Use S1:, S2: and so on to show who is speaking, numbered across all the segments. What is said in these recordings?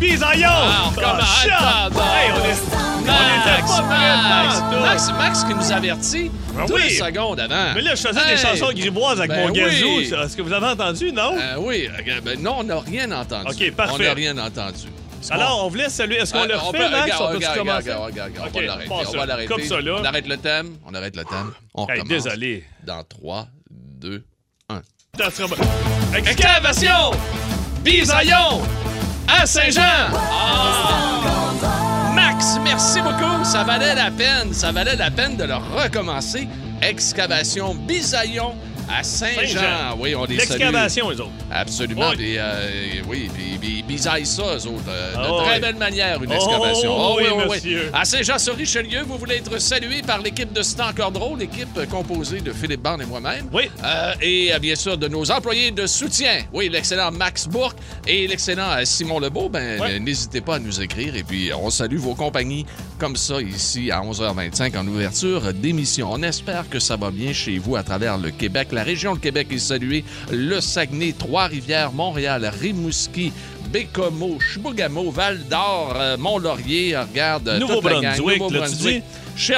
S1: Bisaillon!
S2: Ah, on commence. Attends,
S1: oh, Hey, on est...
S2: Max,
S1: on était pas
S2: Max,
S1: prêts,
S2: Max, Max qui nous avertit
S1: Ben
S2: deux
S1: oui.
S2: secondes avant.
S1: Mais là, je faisais des
S2: Hey.
S1: chansons griboises avec
S2: Ben
S1: mon gazou.
S2: oui.
S1: ça. Est-ce que vous avez entendu, non?
S2: Euh, oui, euh, ben non, on n'a rien entendu.
S1: Ok, parfait.
S2: On n'a rien entendu. Est-ce
S1: Alors, on voulait saluer. Est-ce qu'on
S2: qu'on-
S1: le
S2: Euh, on
S1: refait,
S2: peut-
S1: Max?
S2: regarde,
S1: On peut-tu
S2: regarde,
S1: commencer?
S2: regarde, regarde, regarde, on
S1: Ok,
S2: va l'arrêter.
S1: passe
S2: On
S1: ça.
S2: va l'arrêter.
S1: Comme ça, là.
S2: On arrête le thème. On arrête le thème. On
S1: Hey,
S2: recommence.
S1: désolé.
S2: Dans 3, 2, 1.
S1: Ça sera bon. Excuse-
S2: Excavation! Bisaillon! À Saint-Jean! Ah! Max, merci beaucoup. Ça valait la peine. Ça valait la peine de le recommencer. Excavation Bisaillon à Saint-Jean.
S1: Saint-Jean.
S2: oui, on les salue.
S1: L'excavation, eux autres.
S2: Absolument.
S1: Oui.
S2: Puis, euh, oui, puis, puis ils bisaillent ça, eux autres. euh, de
S1: Ah, oui.
S2: très belle manière, une
S1: Oh,
S2: excavation. Ah
S1: oui, monsieur.
S2: À Saint-Jean-sur-Richelieu, vous voulez être salué par l'équipe de C'est encore drôle, équipe composée de Philippe Barne et moi-même.
S1: Oui.
S2: Euh, et euh, bien sûr de nos employés de soutien. Oui, l'excellent Max Bourque et l'excellent euh, Simon Lebeau. Ben,
S1: Ouais.
S2: euh, n'hésitez pas à nous écrire. Et puis, on salue vos compagnies comme ça ici à 11h25 en ouverture d'émission. On espère que ça va bien chez vous à travers le Québec. La région de Québec est saluée. Le Saguenay, Trois-Rivières, Montréal, Rimouski, Bécomo, Chibougamau, Val-d'Or, euh, Mont-Laurier. Euh, Regarde, euh, toute la gang.
S1: Nouveau-Brunswick, là, tu dis?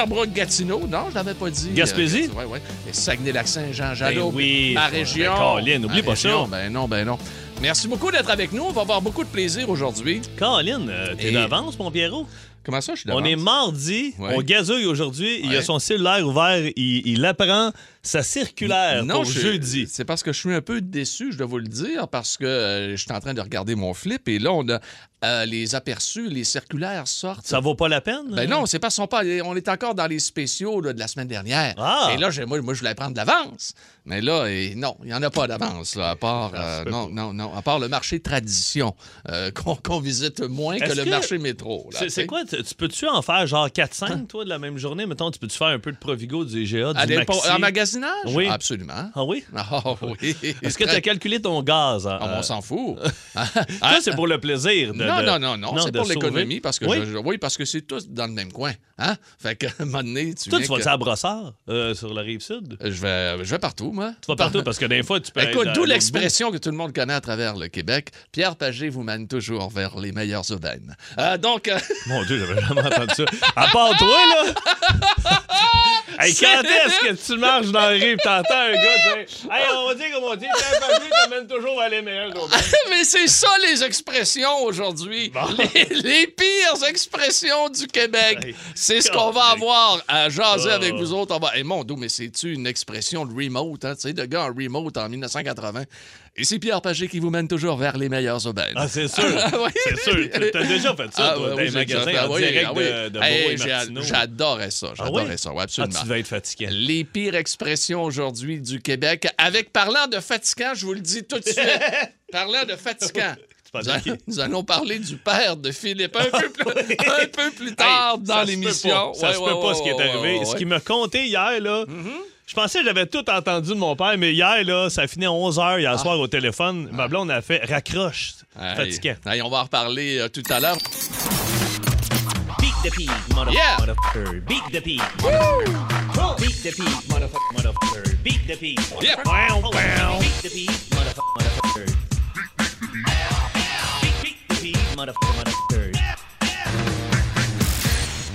S2: Sherbrooke-Gatineau. Non, je l'avais pas dit. euh,
S1: Gaspésie?
S2: Gatineau. Ouais, ouais. Et Saguenay-Lac-Saint-Jean-Jalo.
S1: Ben oui,
S2: ma
S1: ça,
S2: région.
S1: ben, Colin, n'oublie
S2: Ma
S1: pas ça.
S2: région, Ben non, ben non. Merci beaucoup d'être avec nous. On va avoir beaucoup de plaisir aujourd'hui.
S1: Colin, euh, t'es
S2: Et-
S1: d'avance, mon Pierrot?
S2: Comment ça, je suis
S1: On
S2: d'avance?
S1: est mardi,
S2: Ouais.
S1: on gazouille aujourd'hui, il a
S2: Ouais.
S1: son cellulaire ouvert, il, il apprend sa circulaire
S2: Non,
S1: pour
S2: je-
S1: jeudi.
S2: C'est parce que je suis un peu déçu, je dois vous le dire, parce que euh, je suis en train de regarder mon flip et là, on a euh, les aperçus, les circulaires sortent.
S1: Ça vaut pas la peine?
S2: Ben non, c'est pas son pas. On est encore dans les spéciaux là, de la semaine dernière.
S1: Ah!
S2: Et là, j'ai- moi, moi, je voulais prendre de l'avance. Mais là, eh, non, il n'y en a pas d'avance, là, à part
S1: Ah, c'est
S2: euh, non, non, non, à part le marché tradition euh, qu'on qu'on visite moins que
S1: Est-ce
S2: le
S1: que-
S2: marché métro. là,
S1: C'est- C'est
S2: tu
S1: quoi? Tu tu peux-tu en faire genre 4-5, toi, de la même journée? Mettons, tu peux-tu faire un peu de Provigo, du GA,
S2: sais.
S1: du
S2: Hein? À des-
S1: Maxi?
S2: En magasinage?
S1: Oui.
S2: Absolument.
S1: Ah oui?
S2: Ah oui.
S1: Est-ce que tu as calculé ton gaz? hein?
S2: Ah, on s'en fout.
S1: Ça, c'est pour le plaisir. De,
S2: non,
S1: de-
S2: non, non, non, c'est
S1: de
S2: pour
S1: sauver.
S2: l'économie parce que
S1: Oui.
S2: je- je- oui, parce que c'est tous dans le même coin, hein. Fait que à un moment donné, tu
S1: Toi,
S2: viens
S1: tu vas-tu
S2: que-
S1: à Brossard, euh, sur la Rive-Sud?
S2: je vais, je vais partout, moi.
S1: Tu vas partout, parce que des fois, tu peux être
S2: Écoute,
S1: à
S2: d'où
S1: l'autre
S2: l'expression que tout le monde connaît à travers le Québec. Pierre Pagé vous mène toujours vers les meilleures aubaines. Euh, donc, euh,
S1: bout. Mon Dieu, j'avais jamais entendu ça. À part toi, là! hey, quand est-ce que tu marches dans la rive, t'entends un gars dire Hey, on va dire comme on dit, t'as un papier, t'amènes toujours à les meilleurs autres.
S2: mais c'est ça les expressions aujourd'hui.
S1: Bon.
S2: Les, les pires expressions du Québec.
S1: Hey,
S2: C'est ce qu'on va
S1: correct.
S2: avoir à jaser
S1: Ben, Oh.
S2: avec vous autres. On va- Hey, mon Dieu, mais c'est-tu une expression de remote, hein? Tu sais, de gars en remote en 1980. Et c'est Pierre Pagé qui vous mène toujours vers les meilleures aubaines.
S1: Ah, c'est sûr!
S2: Oui.
S1: C'est sûr, Tu- t'as déjà fait ça,
S2: Ah,
S1: toi,
S2: ouais,
S1: dans
S2: oui,
S1: les
S2: j'ai
S1: magasins
S2: déjà-
S1: en
S2: ah, oui,
S1: direct
S2: ah, oui.
S1: de, de
S2: Hey,
S1: Beau et
S2: j'ai-
S1: Martineau.
S2: J'adorais ça, j'adorais
S1: ouais?
S2: ça, oui,
S1: Ah,
S2: absolument.
S1: tu devais être fatigué.
S2: Les pires expressions aujourd'hui du Québec. Avec parlant de fatigant, je vous le dis tout de suite. parlant de fatigant.
S1: pas
S2: Nous, a-
S1: bien.
S2: nous allons parler du père de Philippe un peu plus, un peu plus tard
S1: Ah Hey,
S2: dans
S1: ça se peut
S2: l'émission.
S1: pas. Ça
S2: Ouais,
S1: se peut
S2: ouais,
S1: pas
S2: ouais,
S1: ce qui est
S2: ouais,
S1: arrivé.
S2: ouais,
S1: Ce
S2: ouais. Mm-hmm.
S1: qui me comptait hier, là. Je pensais que j'avais tout entendu de mon père, mais hier, là, ça finit à 11h
S2: Ah.
S1: hier soir au téléphone. Ma blonde a fait raccroche.
S2: Hey,
S1: Fatigant.
S2: hey, on va en reparler euh, tout à l'heure.
S3: Beat the pig, motherfucker.
S2: Yeah.
S3: motherfucker. Beat the pig. Beat the pig, motherfucker. motherfucker. Beat the pig.
S2: Yeah.
S3: motherfucker. Beat the pig, motherfucker. motherfucker. Beat- beat the pig, motherfucker. motherfucker.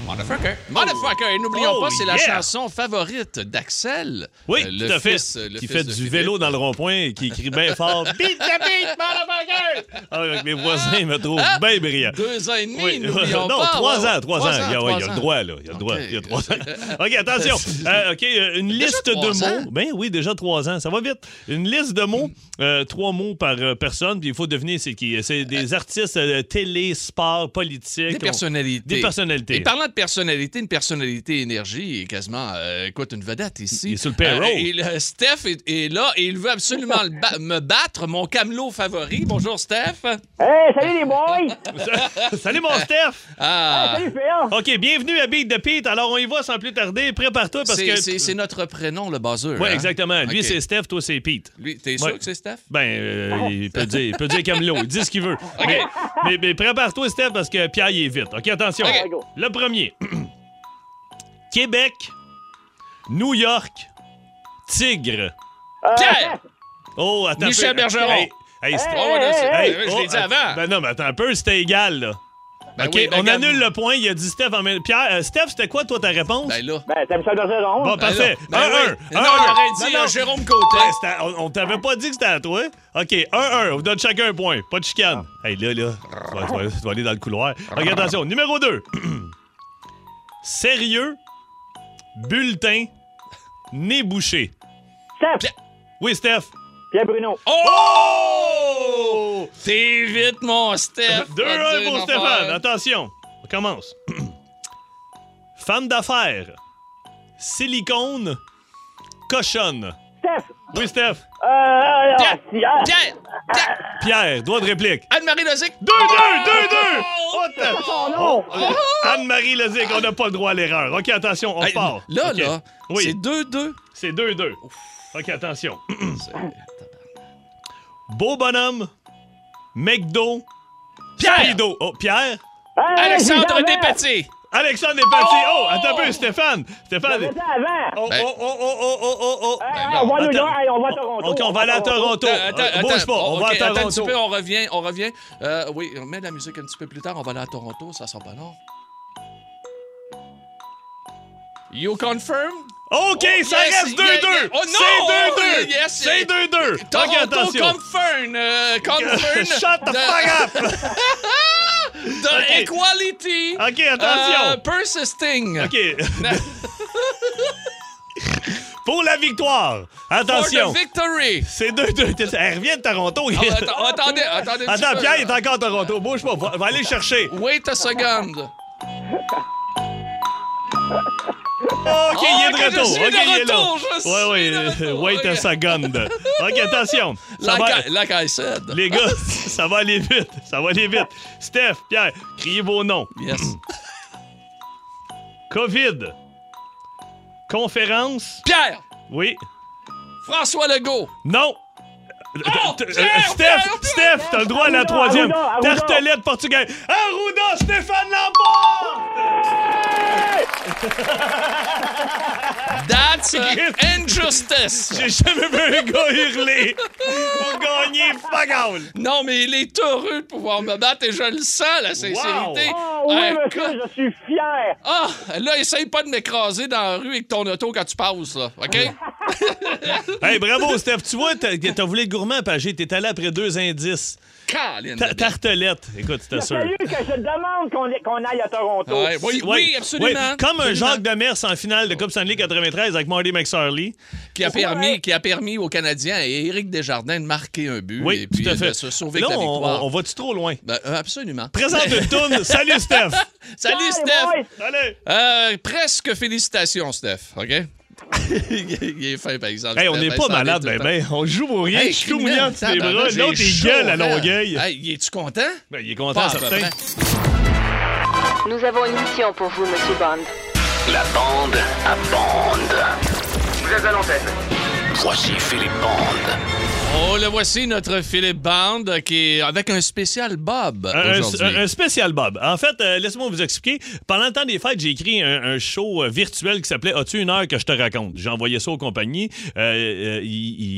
S2: Motherfucker. Motherfucker. Et n'oublions
S1: Oh,
S2: pas, c'est la
S1: yeah.
S2: chanson favorite d'Axel.
S1: Oui,
S2: euh, le
S1: tout à fait.
S2: fils, euh, le
S1: qui
S2: fils
S1: fait
S2: de
S1: du
S2: Philippe.
S1: vélo dans le rond-point et qui crie bien fort Beat the beat, motherfucker! Ah, Avec mes voisins, ils me trouvent
S2: Ah!
S1: bien brillant.
S2: Deux ans et demi,
S1: Oui.
S2: n'oublions
S1: non,
S2: pas.
S1: trois
S2: Ouais, ouais.
S1: ans, trois ans. Il y a, ouais, il y a le droit, là. Il y a le droit.
S2: Ok.
S1: Il y a trois ans. OK, attention. Euh, OK, euh, une
S2: Déjà
S1: liste
S2: trois
S1: de
S2: ans?
S1: mots. Ben oui, déjà trois ans. Ça va vite. Une liste de mots, euh, trois mots par euh, personne. Puis il faut deviner c'est qui. C'est des artistes euh, télé, sport, politique.
S2: Des personnalités.
S1: Des personnalités.
S2: Et parlant de personnalité, une personnalité énergie est quasiment, euh, écoute, une vedette ici. Euh,
S1: Il est sur le payroll.
S2: et le- Steph est, est là et il veut absolument le ba- me battre, mon camelot favori. Bonjour, Steph.
S4: Hey, Eh, salut les boys!
S1: Salut,
S2: Euh,
S1: mon Steph.
S2: Ah,
S4: Salut Phil!
S1: OK, bienvenue à Beat the Pete. Alors, on y va sans plus tarder. Prépare-toi parce
S2: c'est
S1: que.
S2: c'est- c'est notre prénom, le buzzeur.
S1: Oui,
S2: hein?
S1: exactement. Lui,
S2: Ok.
S1: c'est Steph, toi, c'est Pete.
S2: Lui, t'es sûr
S1: Ouais.
S2: que c'est Steph?
S1: Ben,
S2: Ah,
S1: euh, il peut dire, il peut dire Camilo, il dit ce qu'il veut. Mais, mais- mais prépare-toi, Steph, parce que Pierre, il est vite. OK, attention.
S2: OK.
S1: Le premier. Québec, New York, Tigre.
S4: Euh,
S2: Pierre!
S1: Oh, attends. un peu.
S2: Michel Bergeron.
S1: Hey, Hey, c'était-
S2: Oh, ouais, là, c'est-
S1: Hey,
S2: je
S1: oh,
S2: l'ai dit
S1: att-
S2: avant.
S1: Ben non, mais attends un peu, c'était égal, là.
S2: Ben
S1: OK,
S2: oui, ben
S1: on
S2: regarde.
S1: annule le point. Il a dit Steph en même... Pierre, euh, Steph, c'était quoi, toi, ta réponse?
S2: Ben là.
S4: Ben, t'aimes ça Bergeron?
S1: bon,
S2: ben
S1: parfait. 1-1.
S2: là. Ben oui. Non, il aurait dit
S1: Non, non.
S2: euh, Jérôme Côté.
S1: Ouais, c'était- on, on t'avait pas dit que c'était à toi. OK, 1-1. On vous donne chacun un point. Pas de chicane. Hey, là, là, tu vas, tu vas- tu vas aller dans le couloir. OK, attention. Numéro 2. Sérieux, bulletin, nez bouché.
S4: Steph!
S1: Oui, Steph.
S4: Pierre Bruno.
S2: Oh! T'es vite, mon Steph.
S1: 2-1 pour Stéphane. Attention. On commence. Femme d'affaires, silicone, cochonne.
S4: Steph!
S1: Oui, Steph.
S4: Euh, euh,
S2: Pierre!
S4: ah, si, ah,
S2: Pierre! Pierre!
S1: Pierre, droit de réplique.
S2: Anne-Marie Lozic.
S1: 2-2, 2-2! Oh, t'as-
S4: son nom!
S1: Anne-Marie Lezic, on n'a pas le droit à l'erreur. OK, attention, on
S2: Hey,
S1: repart.
S2: Là,
S1: OK.
S2: là, c'est
S1: Oui,
S2: 2-2.
S1: c'est 2-2. OK, attention. Beau bonhomme, McDo,
S2: Pierre!
S1: Pido. Oh, Pierre?
S4: Hey,
S2: Alexandre
S4: j'avais-
S2: Despatie.
S1: Alexandre est parti. Oh, attends un peu, Stéphane. Stéphane.
S4: j'avais ça avant!
S1: Oh,
S2: Ben-
S1: oh, oh, oh, oh, oh, oh, oh.
S4: Hey,
S2: Ben
S4: hey, on va à New
S1: attends.
S4: York, hey, on va à Toronto.
S1: OK, on va aller à Toronto.
S2: Attends,
S1: Euh,
S2: attends,
S1: Bouge pas, on
S2: attends.
S1: va à
S2: Ok, attends un petit
S1: Toronto.
S2: peu, on revient, on revient. Euh, oui, mets la musique un petit peu plus tard, on va aller à Toronto, ça sent pas long. You confirm?
S1: OK,
S2: Oh,
S1: ça
S2: yes,
S1: reste 2-2.
S2: yeah, yeah. Oh, non!
S1: C'est 2-2.
S2: Oh, yes,
S1: c'est
S2: yeah.
S1: 2-2. OK,
S2: Toronto
S1: attention.
S2: confirm! euh, confirm!
S1: Shut the fuck up!
S2: The
S1: Ok.
S2: equality!
S1: OK, attention.
S2: euh, persisting!
S1: OK. Pour la victoire.
S2: For
S1: Attention.
S2: the victory!
S1: C'est 2-2. T'es- Elle revient de Toronto.
S2: Ah, attends, attendez, attendez. un petit
S1: Attends,
S2: peu.
S1: Pierre est encore à Toronto. Bouge pas. Va, va aller le chercher.
S2: Wait a second.
S1: OK, il est
S2: Oh, ok,
S1: de retour.
S2: je suis
S1: OK, il
S2: de
S1: est là.
S2: retour, je suis
S1: ouais,
S2: de
S1: ouais.
S2: retour.
S1: Wait a
S2: Ok.
S1: second. OK, attention. Ça
S2: Like,
S1: va...
S2: I, like I said.
S1: Les gars, ça va aller vite. Ça va aller vite. Steph, Pierre, criez vos noms.
S2: Yes.
S1: COVID. Conférence.
S2: Pierre!
S1: Oui.
S2: François Legault!
S1: Non!
S2: Oh,
S1: T- euh,
S2: Pierre,
S1: Steph,
S2: Pierre,
S1: Steph, t'as le droit à la
S4: Arruda,
S1: troisième.
S4: Arruda, Arruda.
S1: Tartelette portugais. Arruda, Stéphane Lampard!
S2: That's an injustice!
S1: J'ai jamais vu un gars hurler pour gagner fuck all.
S2: Non, mais il est heureux de pouvoir me battre et je le sens, la sincérité.
S4: Oh oui,
S2: Un
S4: monsieur,
S2: co-
S4: je suis fier!
S2: Ah, là, essaye pas de m'écraser dans la rue avec ton auto quand tu passes, là. OK?
S1: Hey, bravo, Steph. Tu vois, t'as t'as voulu être gourmand, Pagé. T'es allé après deux indices.
S2: Colin
S1: Ta-
S2: de bien.
S1: tartelette. Écoute, c'était sûr.
S4: Salut, que je demande qu'on qu'on aille à Toronto.
S2: Ouais, oui,
S1: Ouais,
S2: oui, absolument.
S1: ouais, comme un
S2: Absolument.
S1: Jacques Demers en finale de Coupe Stanley 93 avec Marty McSorley.
S2: qui a permis, qui a permis aux Canadiens et Éric Desjardins de marquer un but
S1: Oui,
S2: et puis
S1: tout à
S2: de
S1: fait.
S2: se sauver
S1: Là,
S2: avec la
S1: on,
S2: victoire.
S1: on va-tu trop loin?
S2: Ben, euh, absolument.
S1: Présente une tourne. Salut, Steph.
S2: Salut,
S4: Hey,
S2: Steph!
S4: boys!
S1: Salut.
S2: Euh, presque félicitations, Steph, OK? il est fin, par exemple.
S1: Hey, on n'est
S2: n'est
S1: pas malade, ben, ben. On joue pour rien.
S2: Hey,
S1: je suis tout
S2: criminel,
S1: mouillant de tes
S2: tabarnak,
S1: bras.
S2: j'ai
S1: L'autre, il
S2: chaud,
S1: gueule à
S2: man.
S1: Longueuil.
S2: Hey, es-tu content?
S1: Ben, il est content,
S2: Pas à peu
S1: certain.
S2: près.
S5: Nous avons une mission pour vous, Monsieur Bond.
S6: La bande à bande.
S7: Vous êtes à l'antenne.
S6: Voici Philippe Bande.
S2: Oh, le voici, notre Philippe Band, qui est avec un spécial Bob
S1: Un,
S2: aujourd'hui.
S1: un- un spécial Bob. En fait, euh, laisse-moi vous expliquer. Pendant le temps des fêtes, j'ai écrit un, un show euh, virtuel qui s'appelait As-tu une heure que je te raconte? J'ai envoyé ça aux compagnies. Euh, euh, il,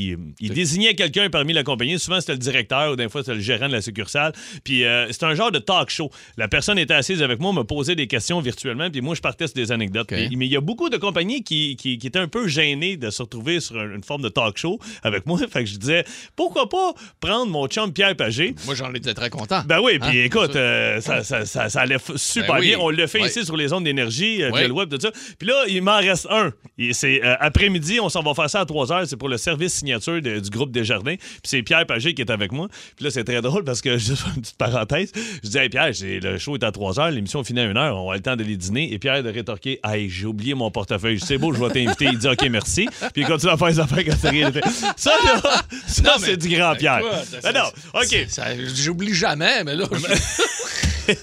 S1: il- il désignait quelqu'un parmi la compagnie. Souvent, c'était le directeur ou des fois, c'était le gérant de la succursale. Puis euh, c'est un genre de talk show. La personne était assise avec moi, me posait des questions virtuellement, puis moi, je partais sur des anecdotes.
S2: OK.
S1: Puis- mais il y a beaucoup de compagnies qui, qui, qui étaient un peu gênées de se retrouver sur un- une forme de talk show avec moi. Fait que je disais, pourquoi pas prendre mon chum Pierre Pagé?
S2: Moi, j'en étais très content.
S1: Ben oui, puis
S2: Hein?
S1: écoute, euh, ça, ça, ça, ça allait f- super
S2: Ben oui.
S1: bien. On le fait
S2: Ouais.
S1: ici sur les ondes d'énergie, euh,
S2: Oui.
S1: via le web, tout ça. Puis là, il m'en reste un. Et C'est euh, après-midi, on s'en va faire ça à 3 heures. C'est pour le service signature de- du groupe Desjardins. Puis c'est Pierre Pagé qui est avec moi. Puis là, c'est très drôle parce que, juste une petite parenthèse, je dis, hey Pierre, j'ai- le show est à 3 heures, l'émission finit à 1 heure, on a le temps d'aller dîner. Et Pierre de rétorquer, hey, j'ai oublié mon portefeuille. C'est beau, je vais t'inviter. Il dit, OK, merci. Puis il continue à faire ses affaires quand c'est rien. fait. Ça, là, ça,
S2: mais-
S1: c'est du grand Pierre.
S2: Écoute,
S1: Ben non, OK.
S2: ça- J'oublie jamais, mais là. je-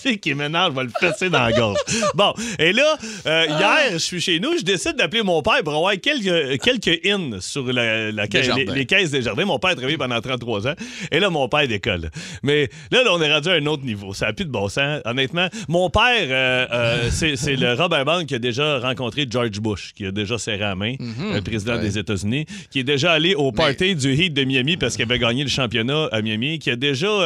S1: c'est qui m'énerve, je vais le fesser dans la gorge. Bon, et là, euh, hier, je suis chez nous, je décide d'appeler mon père pour avoir quelques, quelques in sur la, la ca- les,
S2: Desjardins.
S1: les caisses des jardins. Mon père a travaillé pendant 33 ans. Et là, mon père décolle. Mais là, là, on est rendu à un autre niveau. Ça n'a plus de bon sens. Honnêtement, mon père, euh, euh, c'est c'est le Robert Bond qui a déjà rencontré George Bush, qui a déjà serré la main, le président
S2: ouais.
S1: des États-Unis, qui est déjà allé au party du Heat de Miami parce qu'il avait gagné le championnat à Miami, qui a déjà euh,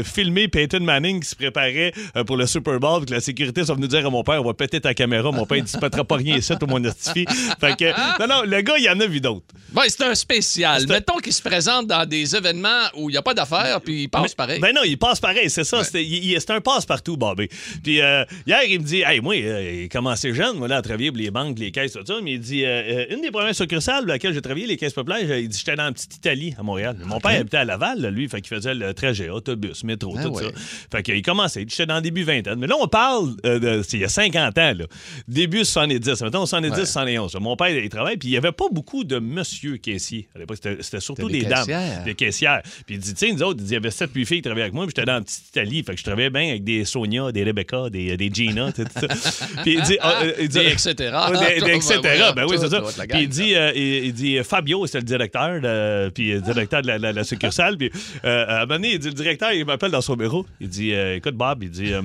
S1: euh, filmé Peyton Manning qui se préparait euh, pour le Super Bowl, puis que la sécurité sont venus dire à mon père, on va péter ta caméra, mon père, il dispatchera pas rien ici, tout mon estifi. Fait que, non, non, le gars, il y en a vu d'autres.
S2: Ben, c'est un spécial. Mettons qu'il se présente dans des événements où il n'y a pas d'affaires, puis il passe
S1: Mais-
S2: pareil.
S1: Ben non, il passe pareil, c'est ça. C'était- il- il- C'est un passe partout, Bobby. Puis euh, hier, il me dit Hey, moi, euh, il commençait jeune, moi, là, à travailler pour les banques, les caisses, tout ça. Mais il dit euh, euh, Une des premières succursales à laquelle j'ai travaillé, les caisses populaires, j'ai- il dit J'étais dans la petite Italie, à Montréal. Mon père habitait à Laval, là, lui, fait qu'il faisait le trajet, autobus, métro,
S2: Ah
S1: tout
S2: ouais.
S1: ça. Fait qu'il commençait. J'étais dans le début vingtaine. Mais là, on parle euh, de. C'est il y a 50 ans, là. Début 70. Mettons 70, 71. Mon père, il travaille, puis il n'y avait pas beaucoup de monsieur caissier. À l'époque, c'était c'était surtout
S2: C'était
S1: des
S2: des
S1: dames,
S2: caissières.
S1: des caissières. Puis il dit, tu sais, nous autres, il dit, il y avait 7 8 filles qui travaillaient avec moi, puis j'étais dans la petite Italie. Fait que je travaillais bien avec des Sonia, des Rebecca, des, des Gina, tout ça. Puis il dit, ah, euh, il dit-
S2: Des etc.
S1: Ouais, des- des etc. Ben oui,
S2: Tout,
S1: c'est ça.
S2: tout, toute la
S1: Puis il
S2: gang,
S1: dit, euh, il, il dit, euh, Fabio, c'est le directeur, de- puis euh, directeur de la, la- la succursale. Puis euh, à un moment donné, il dit, le directeur, il m'appelle dans son bureau. Il dit, euh, écoute, Bob, il dit, euh,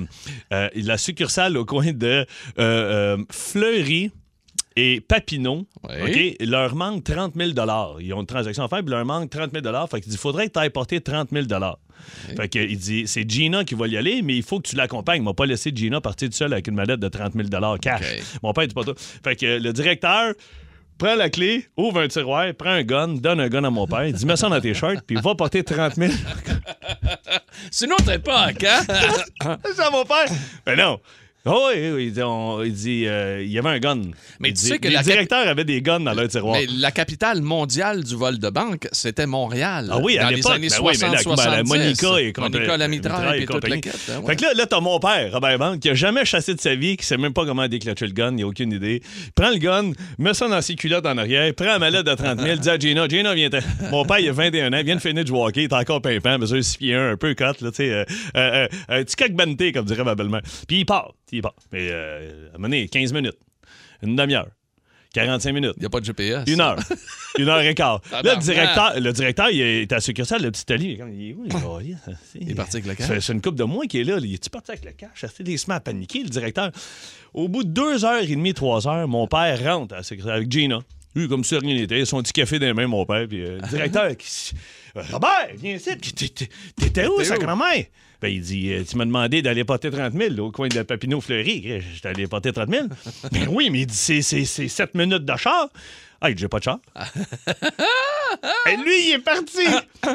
S1: euh, la succursale au coin de euh, euh, Fleury et Papineau,
S2: Oui.
S1: OK, leur manque 30 000 Ils ont une transaction à faire, puis leur manque 30 000 Fait qu'il dit, faudrait que tu ailles porter 30 000 Fait que, il dit, c'est Gina qui va y aller, mais il faut que tu l'accompagnes. Il m'a pas laissé Gina partir toute seule avec une mallette de 30 000 cash.
S2: OK.
S1: Mon père dit pas ça. Fait que euh, le directeur prend la clé, ouvre un tiroir, prend un gun, donne un gun à mon père, il dit mets ça dans tes shirts, puis va porter 30 000.
S2: C'est une autre époque, hein?
S1: C'est à mon père. Mais non. Oh, oui, oui, il dit, on- il dit, euh, il y avait un gun.
S2: Mais
S1: Il
S2: tu
S1: dit-
S2: sais que
S1: les
S2: la cap-
S1: directeurs avaient des guns dans leur tiroir.
S2: Mais la capitale mondiale du vol de banque, c'était Montréal.
S1: Ah oui,
S2: dans
S1: à
S2: les
S1: l'époque.
S2: années
S1: Ben
S2: 60,
S1: oui, mais là, ben, la
S2: 70.
S1: Monica et compagnie.
S2: Monica Lamitraille et toute la
S1: compagnie.
S2: quête, hein, ouais.
S1: Fait que là, là t'as mon père, Robert Band, qui a jamais chassé de sa vie, qui sait même pas comment déclencher le gun, il a aucune idée. Prends le gun, mets ça dans ses culottes en arrière, prends la mallette de 30 000, dis à Gina, Gina, viens ten Mon père, il a 21 ans, vient de finir de jouer au hockey, il est encore pimpant, mesure 6 pieds 1, un peu cote, là, tu sais, euh, euh, euh, un petit coq banté, comme dirait ma belle-mère. Puis il part, il part. Mais euh, à un moment donné, 15 minutes, une demi-heure, 45 minutes.
S2: Il n'y a pas de GPS.
S1: Une heure. Une heure et quart. Là, le
S2: Tabarnak.
S1: directeur, le directeur, il est à la succursale, le petit Italie. Il est comme, il est où, le gars, là?
S2: Il est parti avec le cash.
S1: C'est- C'est une coupe de moins qui est là. Il est-tu parti avec le cash? Il des semaines à paniquer, le directeur. Au bout de deux heures et demie, trois heures, mon père rentre à la succursale avec Gina. Lui, comme si rien n'était. Son petit café dans les mains, mon père. Puis euh, le directeur, qui s- Euh, Robert, viens ici. T'étais- t'étais- T'étais où, sacrement? Ben, il dit, euh, tu m'as demandé d'aller porter 30 000 là, au coin de Papineau Fleury. Je t'allais porter 30 000. ben oui, mais il dit, c'est- c'est c'est sept minutes de char. Ah, il dit, j'ai pas de char. Et lui, il est parti.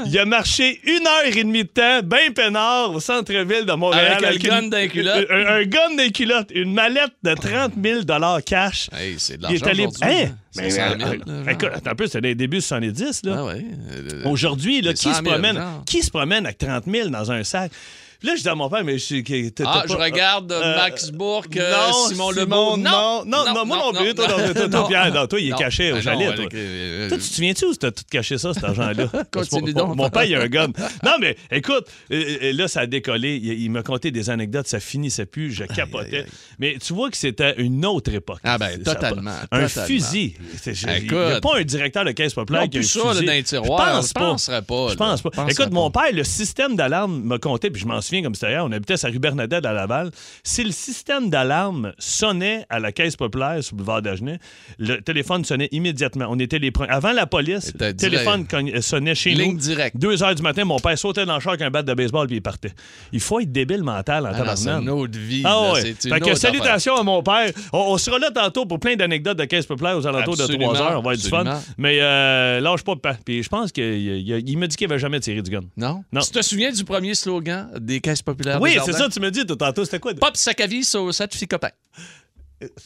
S1: Il a marché une heure et demie de temps, bien peinard, au centre-ville de Montréal.
S2: Avec un gun
S1: une-
S2: dans les culottes.
S1: Un, un gun d'un culotte, une mallette de 30 000 cash.
S2: Hey, c'est de
S1: il
S2: l'argent.
S1: est allé.
S2: aujourd'hui,
S1: Hein?
S2: hein.
S1: Mais,
S2: 500 000,
S1: euh,
S2: là, genre.
S1: écoute, attends un peu, c'était les débuts 70, là.
S2: Ah ouais. euh,
S1: Aujourd'hui, là,
S2: Les
S1: qui, se
S2: 100 000,
S1: promène,
S2: genre.
S1: qui se promène avec 30 000 dans un sac? Puis Là, je dis à mon père, mais je suis. que- t'as-
S2: Ah,
S1: t'as
S2: je
S1: pas-
S2: regarde
S1: euh,
S2: Max Bourque, euh,
S1: non,
S2: Simon Lebeau.
S1: Non, non, non, moi non plus. Toi, non, toi, toi, Pierre, non, toi, il est
S2: Non.
S1: caché au
S2: Ah,
S1: chalet.
S2: non,
S1: toi.
S2: ok, euh,
S1: Toi, tu te souviens-tu où t'as tout caché ça, cet argent-là? Parce que mon-
S2: Continue
S1: mon,
S2: donc.
S1: mon père, il a un gun. Non, mais écoute, euh, euh, là, ça a décollé. Il, il m'a conté des anecdotes, ça finissait plus, je capotais.
S2: aïe.
S1: Mais tu vois que c'était une autre époque.
S2: Ah ben,
S1: Ça a pas-
S2: totalement,
S1: Un
S2: totalement.
S1: fusil. C'est- je- Il n'y a
S2: Écoute.
S1: pas un directeur de caisse populaire
S2: Non,
S1: qui a un
S2: plus ça, là,
S1: fusil.
S2: dans les tiroirs,
S1: Je
S2: je
S1: pense pas.
S2: penserais pas,
S1: Je
S2: là.
S1: pense pas.
S2: Je penserais
S1: Écoute, mon
S2: pas.
S1: père, le système d'alarme m'a compté, puis je m'en souviens comme c'était hier, on habitait à rue Bernadette à Laval. Si le système d'alarme sonnait à la caisse populaire sur le boulevard d'Agenais, le téléphone sonnait immédiatement. On était les premiers. Avant la police,
S2: C'était
S1: le téléphone
S2: direct.
S1: cogn- euh, sonnait chez
S2: Ligne
S1: nous.
S2: directe.
S1: 2 heures du matin, mon père sautait dans le char avec un bat de baseball puis il partait. Il faut être débile mental en
S2: Ah non, c'est
S1: tabarnak.
S2: une autre vie.
S1: Ah
S2: là,
S1: ouais.
S2: c'est une
S1: Fait que
S2: autre
S1: salutations à mon père. On, on sera là tantôt pour plein d'anecdotes de caisse populaire aux alentours
S2: Absolument,
S1: de 3 heures. On va être du fun.
S2: absolument.
S1: Mais euh, lâche pas, papa. Puis je pense qu'il il- il m'a dit qu'il avait jamais tiré du gun.
S2: Non?
S1: Non.
S2: Tu te souviens du premier slogan des caisses populaires
S1: Oui,
S2: Desjardins?
S1: c'est ça, tu me dis tout tantôt, c'était quoi?
S2: Pop Sakavi sur 7 ficopains.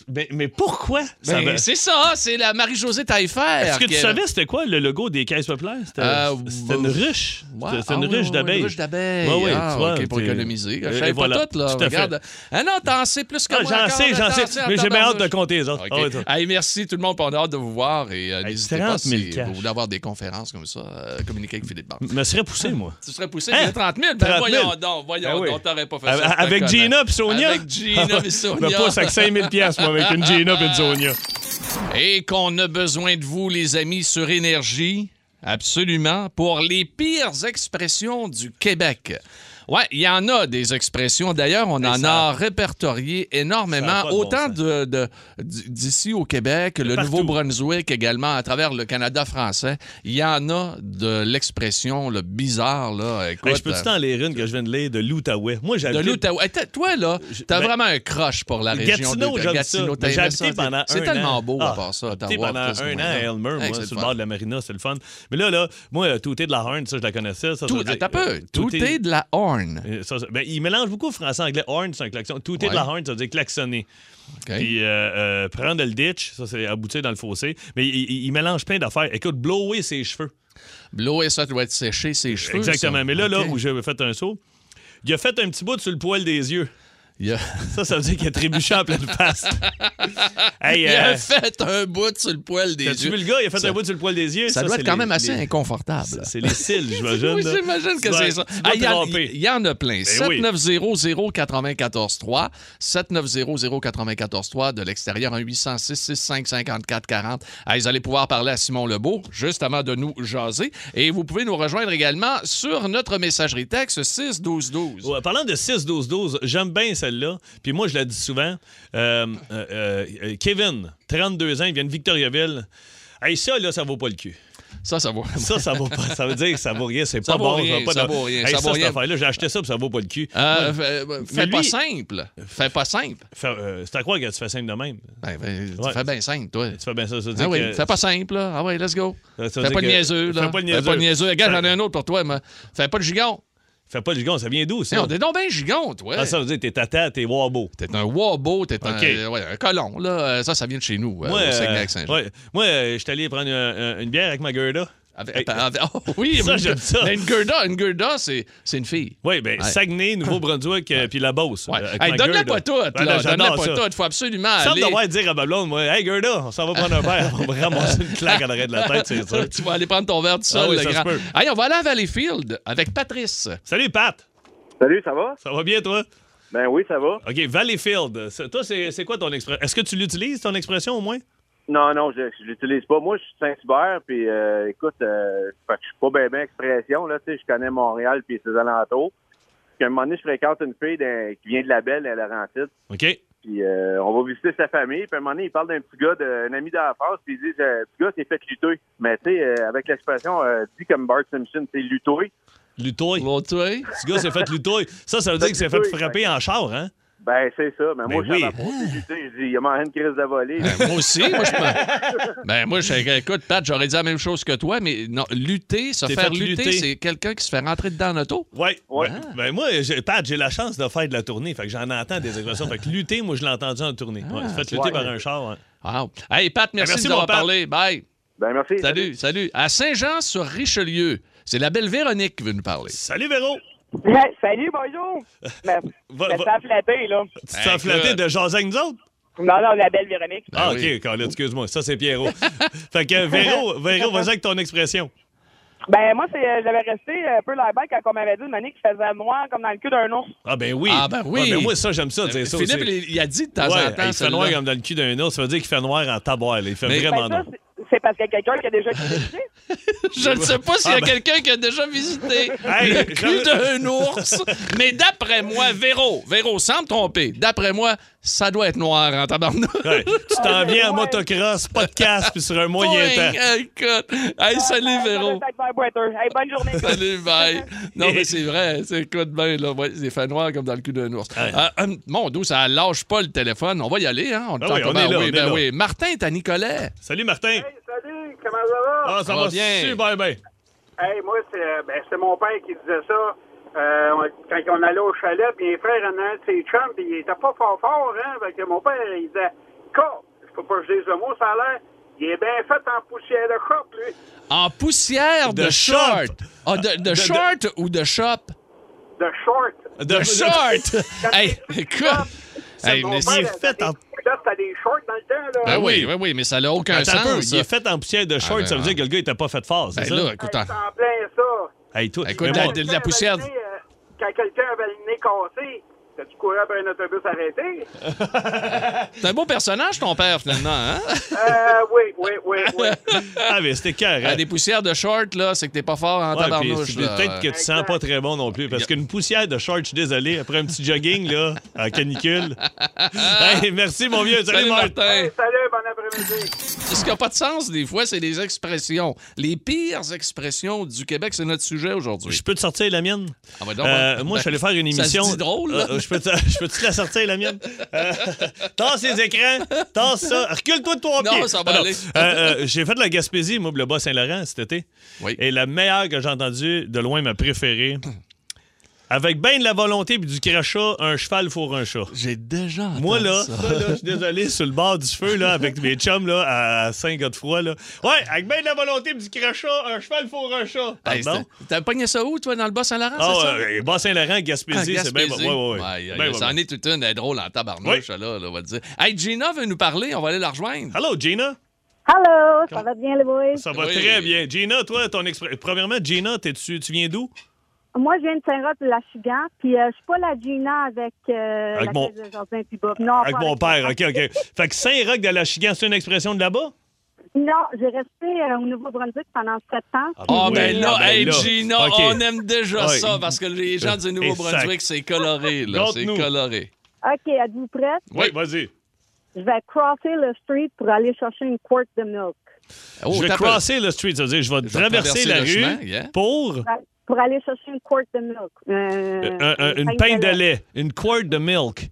S1: Mais, mais pourquoi? ça
S2: Ben,
S1: va-
S2: c'est ça, c'est la Marie-Josée Taillefer.
S1: Est-ce que tu
S2: qui-
S1: savais c'était quoi le logo des caisses populaires? C'était
S2: Euh,
S1: c'était
S2: bah,
S1: une ruche.
S2: Ouais,
S1: C'était c'était
S2: ah
S1: une
S2: oui, oui,
S1: ruche
S2: oui,
S1: d'abeilles.
S2: Une ruche d'abeilles.
S1: Ouais, ouais,
S2: ah,
S1: tu vois,
S2: OK, pour
S1: t'es-
S2: économiser. Je
S1: Et
S2: savais
S1: voilà,
S2: pas tout, là.
S1: tout à fait.
S2: Regarde. Ah non, t'en sais plus que
S1: Ah,
S2: moi.
S1: j'en
S2: encore,
S1: sais,
S2: là,
S1: j'en
S2: t'en
S1: sais.
S2: sais en
S1: Mais j'ai bien hâte de
S2: tabarnouche.
S1: compter les autres.
S2: OK.
S1: Ah ouais, toi.
S2: Hey, merci tout le monde. puis On a hâte de vous voir. Et euh,
S1: Hey,
S2: n'hésitez pas
S1: 40 000
S2: si
S1: cash.
S2: vous voulez avoir des conférences comme ça, euh, communiquer avec Philippe Bande.
S1: Je me serais poussé, moi.
S2: Tu serais poussé
S1: Hein?
S2: à 30 000? Ben
S1: 30 000.
S2: voyons donc, voyons
S1: Ben oui.
S2: donc, t'aurais pas fait
S1: A-
S2: ça. je te
S1: avec
S2: connais.
S1: Gina et Sonia?
S2: Avec Gina et
S1: Je me
S2: Sonia.
S1: pousse avec 5000 pièces moi, avec une Gina et une Sonia.
S2: Et qu'on a besoin de vous, les amis, sur Énergie, absolument, pour les pires expressions du Québec. Ouais, il y en a des expressions. D'ailleurs, on en
S1: ça-
S2: a répertorié
S1: Ça a
S2: énormément,
S1: pas de bon
S2: autant
S1: sens.
S2: de- de- d'ici au Québec, le
S1: partout.
S2: Nouveau-Brunswick également, à travers le Canada français. Il y en a de l'expression le bizarre, là. Écoute,
S1: Hey, Ben, je peux-tu t'en lire une que je viens de lire de l'Outaouais? Moi, j'ai
S2: de
S1: habité-
S2: l'Outaouais. Hey, t'as- toi, là, t'as
S1: ben,
S2: vraiment un croche pour la région
S1: Gatineau,
S2: de
S1: j'aime
S2: Gatineau.
S1: ça. Mais J'ai
S2: t'aimes
S1: habité
S2: ça, t'es-
S1: pendant un an.
S2: C'est tellement beau
S1: Ah,
S2: à part ça.
S1: J'ai habité
S2: Ottawa,
S1: pendant
S2: qu'est-ce
S1: un an
S2: que c'est
S1: à Elmer,
S2: bon. Hey,
S1: moi,
S2: c'est
S1: sur
S2: le
S1: le
S2: fun.
S1: bord de la marina, c'est le fun. Mais là, là, moi, euh, tout est de la Horn, ça, je la connaissais. Ça, ça
S2: Tout,
S1: veut dire- euh,
S2: attends un peu. Tout
S1: Touter-
S2: est de la horn.
S1: Euh, ça, ça- ben, il mélange beaucoup français-anglais. Horn, c'est un klaxon. Tout est
S2: Ouais.
S1: de la horn, ça veut dire klaxonner. Puis euh, euh, prendre le ditch, ça c'est aboutir dans le fossé. Mais il, il- il mélange plein d'affaires. Écoute, blower ses cheveux.
S2: L'eau et ça doit être séché, ses cheveux.
S1: Exactement.
S2: ça.
S1: Mais là, là
S2: OK.
S1: où j'ai fait un saut, il a fait un petit bout sur le poil des yeux.
S2: Il a,
S1: Ça, ça veut dire qu'il a trébuché en pleine face. hey,
S2: il a
S1: euh,
S2: fait un bout sur le poil des
S1: t'as-tu
S2: yeux.
S1: vu le gars? Il a fait
S2: Ça-
S1: un bout sur le poil des yeux.
S2: Ça, doit
S1: c'est
S2: être quand
S1: les-
S2: même assez
S1: les-
S2: inconfortable.
S1: C'est les cils, j'imagine.
S2: Oui,
S1: là.
S2: j'imagine
S1: Tu
S2: que
S1: dois-
S2: c'est ça.
S1: tu dois
S2: Ah, Il y, en-
S1: te tromper.
S2: il y en a plein.
S1: Ben oui.
S2: 790-094-3, 790-094-3, de l'extérieur, 1-800-665-5440. Ah, Vous allez pouvoir parler à Simon Lebeau, juste avant de nous jaser. Et vous pouvez nous rejoindre également sur notre messagerie texte 61212.
S1: Ouais, parlant de 6-12-12, j'aime bien celle-là. Puis moi, je la dis souvent. Euh, euh, euh, euh, Kevin, 32 ans, il vient de Victoriaville. Hey, ça, là, ça vaut pas le cul.
S2: Ça, ça va.
S1: Ça, ça vaut pas. Ça veut dire que ça vaut rien. C'est
S2: Ça
S1: pas
S2: vaut
S1: bon.
S2: rien,
S1: va pas
S2: ça
S1: dans-
S2: vaut rien,
S1: Hey, ça,
S2: ça vaut
S1: cette
S2: rien.
S1: affaire-là, j'ai até ça, puis ça vaut pas le cul.
S2: Euh, fais- euh, fais
S1: Mais
S2: pas
S1: lui-
S2: simple. Fais pas simple.
S1: Fait, euh, c'est à quoi que tu fais simple de même?
S2: Ben, ben, tu
S1: Ouais.
S2: fais bien simple, toi.
S1: Tu fais bien ça. ça veut dire
S2: Ah oui,
S1: que- Euh,
S2: fais pas simple, là. Ah oui, let's go.
S1: Ça veut
S2: Fais
S1: dire
S2: pas de
S1: que-
S2: niaiseux, là.
S1: fais pas de
S2: Fais pas de
S1: niaiseux.
S2: niaiseux. Regarde,
S1: Ça-
S2: j'en ai un autre pour toi, mais fais pas de gigon.
S1: Fais pas le gigon, ça vient d'où, ça?
S2: Non, t'es donc bien gigon, toi.
S1: Ah, ça veut dire que t'es tata, t'es wabo.
S2: T'es un wabo, t'es un,
S1: OK.
S2: euh, ouais, un colon, là. Euh, Ça, ça vient de chez nous, euh,
S1: Moi,
S2: au
S1: euh,
S2: Saguenay-Saint-Jean.
S1: ouais. moi euh, je suis allé prendre un- un- une bière avec ma Gerda.
S2: Avec- avec- oh, oui,
S1: Ça,
S2: mais-
S1: j'aime ça.
S2: mais une Gerda, une Gerda, c'est c'est une fille.
S1: Oui, bien,
S2: Ouais.
S1: ben, Saguenay, Nouveau-Brunswick, euh, puis la Beauce.
S2: Ouais.
S1: euh, avec
S2: Hey,
S1: ma
S2: donne-la
S1: Gerda.
S2: pas toute,
S1: Ouais,
S2: là.
S1: non, j'adore
S2: Donne-la pas
S1: ça.
S2: toute. Faut absolument
S1: Ça me
S2: aller.
S1: d'avoir dire à ma blonde, moi, Hey Gerda, on s'en va prendre un verre, on va ramasser une claque en arrière de la tête, c'est sûr.
S2: tu vas aller prendre ton verre tout seul,
S1: Ah oui,
S2: le
S1: ça se
S2: grand.
S1: peut.
S2: Hey, on va aller à Valleyfield avec Patrice.
S1: Salut Pat,
S4: Salut, ça va?
S1: ça va bien toi?
S4: Ben oui, ça va.
S1: OK, Valleyfield, c'est- toi, c'est c'est quoi ton expression? Est-ce que tu l'utilises, ton expression au moins?
S4: Non, non, je, je l'utilise pas. Moi, je suis de Saint-Hubert, puis euh, écoute, euh, fait que je suis pas bien ben expression, là, tu sais, je connais Montréal puis ses alentours. Puis à un moment donné, je fréquente une fille d'un- qui vient de la Belle, à Laurentide,
S1: OK.
S4: puis euh, on va visiter sa famille, puis à un moment donné, il parle d'un petit gars, d'un ami d'enfance, puis il dit, euh, petit gars, t'es fait lutter. Mais tu sais, euh, avec l'expression, euh, dit comme Bart Simpson, c'est lutter.
S1: Lutoy.
S2: L'autre, toi?
S1: Ce gars s'est fait lutoy. Ça, ça veut dire qu'il s'est fait
S4: Lutoy,
S1: frapper en char, hein?
S4: Ben, c'est ça. Mais,
S1: Mais
S4: moi,
S1: oui.
S4: je savais pas, c'est lutter. Je dis, il y a mangé une crise de volée.
S2: Ben, moi aussi, moi je me- Ben moi, je... écoute, Pat, j'aurais dit la même chose que toi, mais non, lutter, se
S1: T'es
S2: faire
S1: fait
S2: lutter,
S1: lutter.
S2: c'est quelqu'un qui se fait rentrer dedans en auto.
S1: Ouais.
S4: Ouais.
S2: Ah.
S1: Ben, Ben moi, j'ai- Pat, j'ai la chance de faire de la tournée. Fait que j'en entends des expressions. Fait que lutter, moi, je l'ai entendu en tournée. Ouais,
S2: Ah.
S1: il s'est fait lutter
S4: ouais.
S1: par un char. hein.
S2: Wow. Ah. Hey Pat, merci,
S1: Ben, merci,
S2: de nous avoir
S1: mon Pat.
S2: parlé. Bye.
S4: Ben, merci.
S2: Salut, salut. À Saint-Jean-sur-Richelieu, c'est la belle Véronique qui veut nous parler.
S1: Salut Véro!
S4: Ben,
S7: Ouais, Salut, bonjour. Mais
S1: Va-
S7: mais
S1: va-
S7: ça a flatté, là.
S1: Tu te sens
S2: Ben, Écoute. Ben
S1: flatté de jaser avec nous autres?
S7: Non, non, la belle Véronique.
S1: Ah,
S2: oui.
S1: OK, Colin, excuse-moi. Ça, c'est Pierrot. fait que Véro, Véro vas-y avec ton expression.
S7: Ben, moi, c'est, euh, j'avais resté un peu là-bas quand on m'avait dit une année qui faisait noir comme dans le cul d'un ours.
S1: Ah, ben oui.
S2: Ah, ben oui.
S1: Ouais, ben moi, ça, j'aime ça, dire ça
S2: Philippe,
S1: aussi.
S2: il- il a dit de temps
S1: Ouais,
S2: en temps.
S1: il fait noir
S2: celle-là.
S1: comme dans le cul d'un ours. Ça veut dire qu'il fait noir en taboire. là. Il fait
S2: Mais-
S1: vraiment
S7: Ben, ça,
S1: noir.
S7: c'est- c'est parce qu'il y a quelqu'un qui a déjà critiqué.
S2: Je ne sais pas s'il y a
S1: Ah, ben-
S2: quelqu'un qui a déjà visité
S1: Hey,
S2: le cul
S1: j'avais-
S2: d'un ours, mais d'après moi, Véro, Véro, sans me tromper, d'après moi, ça doit être noir en tabarnak.
S1: Ouais. Tu t'en viens en
S7: ouais.
S1: motocross, podcast, puis sur un moyen
S2: Boing!
S1: temps.
S2: Hey, écoute. Hey, salut,
S7: Ça
S2: Véro.
S7: doit être un boiteux. Hey, bonne journée. gars.
S2: Salut, bye. Non, mais c'est vrai. c'est- Écoute bien, là. Ouais, c'est fait noir comme dans le cul d'un ours.
S1: Ouais.
S2: Euh, hum, mon doux, ça lâche pas le téléphone. On va y aller, hein? On,
S1: Ah
S2: t'entend
S1: oui, on
S2: bien.
S1: est là,
S2: oui,
S1: on est
S2: ben
S1: là.
S2: oui. Martin, t'as Nicolet.
S1: Salut, Martin.
S8: Salut, comment ça va?
S1: Ah, ça,
S2: ça
S1: va,
S2: va bien.
S1: super bien.
S8: Hey, moi, c'est euh, ben, c'est mon père qui disait ça euh, on- quand on allait au chalet, puis les frères en un de ses chums, puis il était pas fort fort, hein? Fait que mon père, il disait corps. Je peux pas que je dise le mot, ça a l'air. Il est bien fait en poussière de corps, lui.
S2: En poussière de,
S1: De
S2: short.
S1: shop.
S2: Ah, de, de
S1: de-
S2: short ou de shop?
S8: De short.
S2: De short! hey, écoute! Hey,
S8: Mon
S2: mais
S8: père,
S2: c'est-
S1: est fait
S8: t'as
S1: en-
S8: des- là, t'as des shorts dans le temps, là.
S2: Ben oui, oui, oui, mais ça n'a aucun
S1: Attends un peu,
S2: sens.
S1: il est
S2: Ah, ça.
S1: fait en poussière de short,
S2: ben,
S1: ça veut
S2: ouais.
S1: dire que le gars, il t'a pas fait de phase, c'est
S2: Ben
S1: ça?
S2: là, écoute,
S8: Hey, c'est en plein ça.
S1: Hey, toi,
S2: Écoute,
S1: mais
S2: la-
S1: moi-
S2: de- de la poussière.
S8: Quand quelqu'un avait le nez, euh, Quand quelqu'un avait le nez cassé, t'as-tu couru après un autobus arrêté?
S2: c'est un beau personnage, ton père, finalement. Hein?
S8: Euh, oui, oui, oui, oui.
S1: Ah, mais c'était
S2: Ah,
S1: carré.
S2: des poussières de short, là, c'est que t'es pas fort en
S1: Ouais, puis
S2: tabarnouche.
S1: c'est
S2: là.
S1: Peut-être que tu sens pas très bon non plus. Parce qu'une poussière de short, je suis désolé, après un petit jogging, là, en canicule. Hey, merci, mon vieux. Salut,
S2: Salut,
S1: Martin.
S2: Martin.
S8: Salut, bon après-midi.
S2: Ce qui n'a pas de sens, des fois, c'est les expressions. Les pires expressions du Québec, c'est notre sujet aujourd'hui.
S1: Je peux te sortir la mienne?
S2: Ah, ben donc,
S1: Euh,
S2: ben,
S1: moi, je suis allé faire une
S2: ça se
S1: émission.
S2: dit drôle, là.
S1: Euh, euh, je peux te- je peux-tu la sortir, la mienne? Euh, tasse les écrans, tasse ça. Recule-toi de trois
S2: Non,
S1: pieds.
S2: ça va
S1: Ah, non.
S2: aller.
S1: Euh, euh, J'ai fait de la Gaspésie, moi, pour le Bas-Saint-Laurent cet été.
S2: Oui.
S1: Et la meilleure que j'ai entendue, de loin, ma préférée. Avec bien de la volonté et du crachat, un cheval fourre un chat.
S2: J'ai déjà entendu
S1: Moi, là,
S2: ça.
S1: ça, là, je suis désolé, sur le bord du feu, là, avec mes chums, là, à Saint-Godefroy, là. Ouais, avec bien de la volonté et du crachat, un cheval fourre un chat.
S2: Hey,
S1: Pardon?
S2: c'était- T'as pogné ça où, toi, dans le Bas-Saint-Laurent, c'est ça?
S1: Ah, ouais, Bas-Saint-Laurent, Gaspésie,
S2: Ah,
S1: c'est bien.
S2: Gaspésie.
S1: Ouais, ouais, ouais.
S2: Aïe, aïe,
S1: Ben,
S2: ça
S1: ouais,
S2: en
S1: ouais.
S2: est toute une, elle est drôle en tabarnouche, là, là, on va te dire. Hey, Gina veut nous parler, on va aller la rejoindre.
S1: Allô, Gina?
S9: Hello, ça va bien les boys?
S1: Ça va
S2: Oui.
S1: très bien. Gina, toi, ton exprès. Premièrement, Gina, t'es- tu, tu viens d'où?
S9: Moi, je viens de Saint-Roch, la Chigan, puis euh, je suis pas la Gina avec, euh,
S1: Avec
S9: la
S1: mon-
S9: caisse de Jardin puis Bob. Non,
S1: Avec
S9: pas
S1: mon père, OK, OK. Fait que Saint-Roch de la Chigan, c'est une expression de là-bas?
S9: Non, j'ai resté euh, au Nouveau-Brunswick pendant sept ans.
S2: Ah,
S1: Oui.
S2: ben là,
S1: Ah, ben
S2: hey,
S1: là.
S2: Gina,
S1: OK.
S2: on aime déjà
S1: Ouais.
S2: ça parce que les gens du Nouveau-Brunswick, c'est coloré, là. C'est
S1: Conte-nous.
S2: coloré.
S9: OK, êtes-vous prêts?
S2: Oui.
S1: vas-y.
S9: Je vais crosser le street pour aller chercher une quart de milk.
S2: Oh,
S1: je vais
S2: t'as peu.
S1: crosser le street, ça veut dire je vais
S2: vais
S1: traverser,
S2: traverser
S1: la
S2: le
S1: rue
S2: chemin, yeah.
S1: pour
S9: Pour aller chercher une quart de milk. Euh,
S1: euh, un- un- une pinte de lait, une quart de milk.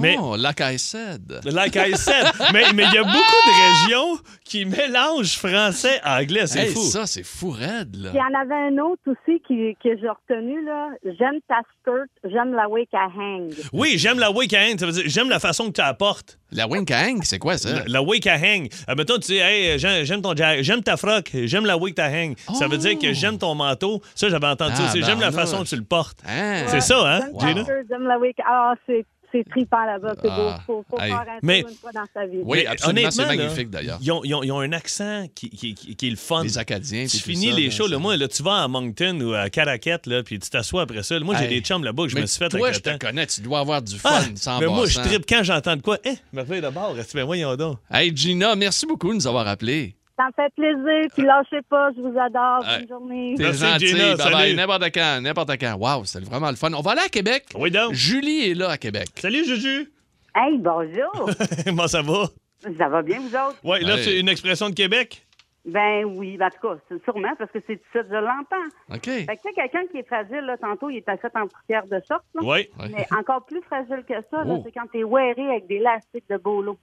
S1: Mais
S2: Oh, like I said.
S1: Like I said. mais mais il y a beaucoup de régions qui mélangent français et anglais. C'est
S2: Hey,
S1: fou.
S2: ça, c'est fou raide, là.
S9: Puis il y en avait un autre aussi qui, que j'ai retenu, là. J'aime ta skirt, j'aime la way qu'elle hang.
S1: Oui, j'aime la week-end. Ça veut dire j'aime la façon que tu apportes.
S2: La Wink Hang, c'est quoi ça?
S1: La, la way qu'elle hang. Euh, mettons, tu dis, hey, j'aime j'aime ton jack- j'aime ta froc, j'aime la way que t'as hang. Ça veut
S2: Oh!
S1: dire que j'aime ton manteau. Ça, j'avais entendu
S2: Ah,
S1: ça aussi.
S2: ben
S1: J'aime la
S2: là.
S1: façon que tu le portes.
S2: Hein?
S1: C'est ça, hein,
S9: J'aime
S2: Wow.
S9: ta
S1: Gina?
S9: skirt, j'aime la way qu'elle- Ah, c'est. C'est trippant là-bas, c'est beau.
S2: Ah,
S9: Faut, faut
S2: hey.
S9: faire un tour
S1: Mais-
S9: une fois dans sa vie.
S2: Oui,
S1: Mais
S2: absolument, c'est
S1: honnêtement, là,
S2: magnifique d'ailleurs.
S1: Ils ont, ils ont- ils ont un accent qui, qui- qui- qui est le fun.
S2: Les Acadiens,
S1: Ben, Tu
S2: puis tout
S1: finis
S2: ça,
S1: les
S2: là,
S1: shows.
S2: ça.
S1: Là, moi, là, tu vas à Moncton ou à Caracat, là, puis tu t'assois après ça. Là, moi, j'ai des
S2: Hey.
S1: chums là-bas que je
S2: Mais
S1: me suis fait
S2: toi,
S1: avec
S2: je
S1: le
S2: te
S1: temps.
S2: connais, tu dois avoir du fun
S1: Ah,
S2: sans
S1: mais
S2: bon
S1: moi, je
S2: sens.
S1: tripe quand j'entends de quoi. Eh, merveille de bord. Tu ben voyons donc.
S2: Hey, Gina, merci beaucoup de nous avoir appelés.
S9: Ça me fait plaisir, puis lâchez pas, je vous adore.
S2: Hey.
S9: Bonne journée.
S2: T'es
S1: Merci,
S2: gentil.
S1: Gina,
S2: bye bye.
S1: salut.
S2: N'importe quand, n'importe quand. Wow, c'est vraiment le fun. On va aller à Québec.
S1: Oui, donc.
S2: Julie est là à Québec.
S1: Salut, Juju.
S9: Hey, bonjour.
S1: Comment ça va?
S9: ça va bien, vous autres?
S1: Ouais, là,
S2: Hey.
S1: c'est une expression de Québec.
S9: Ben oui, ben, en tout cas, c'est sûrement, parce que c'est ça, je l'entends.
S2: OK.
S9: Fait que, tu sais, quelqu'un qui est fragile, là, tantôt, il est fait en poussière de sorte, là.
S1: Oui.
S2: Ouais.
S9: Mais encore plus fragile que ça, là,
S2: Oh.
S9: c'est quand t'es wearé avec des lastiques de bolo.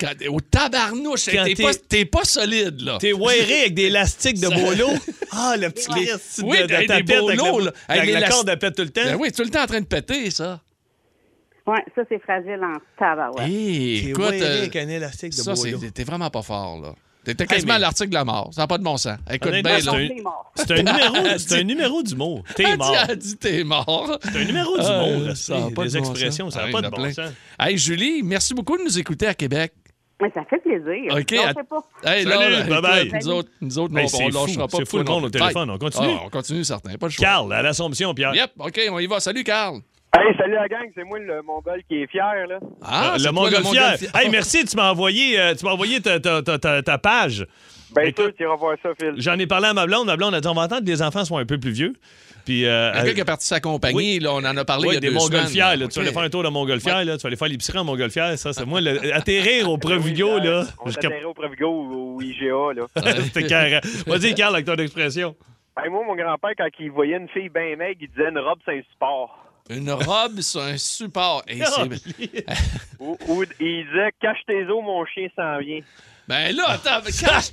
S2: Quand- au tabarnouche,
S1: Quand
S2: t'es
S1: t'es-
S2: pas, t'es pas solide, là.
S1: T'es weiré avec des élastiques de bolo. Ah, le petit
S9: Ouais.
S1: liste
S2: Oui,
S1: de, de
S2: hey,
S1: ta
S2: des
S1: pète avec
S2: bolos,
S1: la,
S2: là.
S1: avec
S2: Avec
S1: la
S2: l'élasti-
S1: corde à pète tout le temps.
S2: Ben oui, tout le temps en train de péter, ça.
S9: Ouais, ça, c'est fragile en tabarouette.
S2: Hey,
S1: T'es
S2: écoute,
S1: weiré
S2: euh,
S1: avec un élastique de
S2: ça, c'est-
S1: bolo.
S2: t'es vraiment pas fort, là. T'étais quasiment
S1: mais-
S2: à l'article de la mort. Ça n'a pas de bon sens. Écoute
S1: Honnêtement,
S2: bien, Ah,
S1: c'est
S2: là.
S1: un-
S9: C'est mort.
S1: C'est un numéro, c'est un numéro d'humour.
S2: Elle
S1: T'es
S2: dit-
S1: mort.
S2: Elle dit t'es mort.
S1: C'est un numéro
S2: Ah,
S1: d'humour.
S2: euh,
S1: respect.
S2: ça a pas de
S1: Les
S2: bon
S1: expressions,
S2: sens.
S1: ça
S2: Ah,
S1: n'a
S2: il y
S1: pas
S2: en
S1: de
S2: a
S1: bon
S2: plein.
S1: sens.
S2: Hey, Julie, merci beaucoup de nous écouter à Québec.
S9: Mais ça fait plaisir.
S2: OK.
S9: Non,
S2: à-
S9: c'est pas-
S2: Hey,
S1: Salut,
S2: là, là,
S1: bye-bye.
S2: écoute, Nous autres, nous autres
S1: Hey,
S2: on-
S1: c'est
S2: on
S1: fou.
S2: lâchera pas.
S1: C'est fou
S2: pour
S1: le monde
S2: non
S1: au
S2: plus.
S1: téléphone.
S2: Hey.
S1: On continue?
S2: Ah, on continue, certain. Pas le choix.
S1: Carl, à l'Assomption, Pierre.
S2: Yep, OK, on y va. Salut, Carl.
S4: Hey, salut la gang, c'est moi le Mongol qui est fier, là.
S2: Ah,
S1: Euh, le
S2: c'est toi, le
S1: montgolfière.
S2: montgolfière.
S1: Hey, merci, tu m'as envoyé, euh, tu m'as envoyé ta, ta- ta- ta- ta page.
S4: Ben
S1: Écoute.
S4: sûr, tu iras voir ça, Phil.
S1: J'en ai parlé à ma blonde. Ma blonde a dit on va attendre que les enfants soient un peu plus vieux. Puis, euh,
S2: Quelqu'un
S1: euh,
S2: qui est parti s'accompagner, là, on en a parlé il y
S1: Oui,
S2: a
S1: des
S2: deux
S1: montgolfières.
S2: semaines.
S1: là. Tu vas aller
S2: OK.
S1: faire un tour de montgolfière. là. Tu vas aller faire l'épicerie en montgolfière. Ça, c'est moi. le- atterrir au Provigo,
S4: Oui, euh,
S1: là.
S4: On
S1: jusqu'à-
S4: s'atterrait au Provigo ou au IGA, là.
S1: C'était carré. Vas-y, Carl, avec ton expression.
S4: Ben, Hey, moi, mon grand-père, quand il voyait une fille bien maigre, il disait une robe Saint-Support.
S2: Une robe sur un support. Et c'est-
S4: Ou, ou il disait Cache tes os, mon chien s'en vient.
S2: Ben là, attends, mais cache,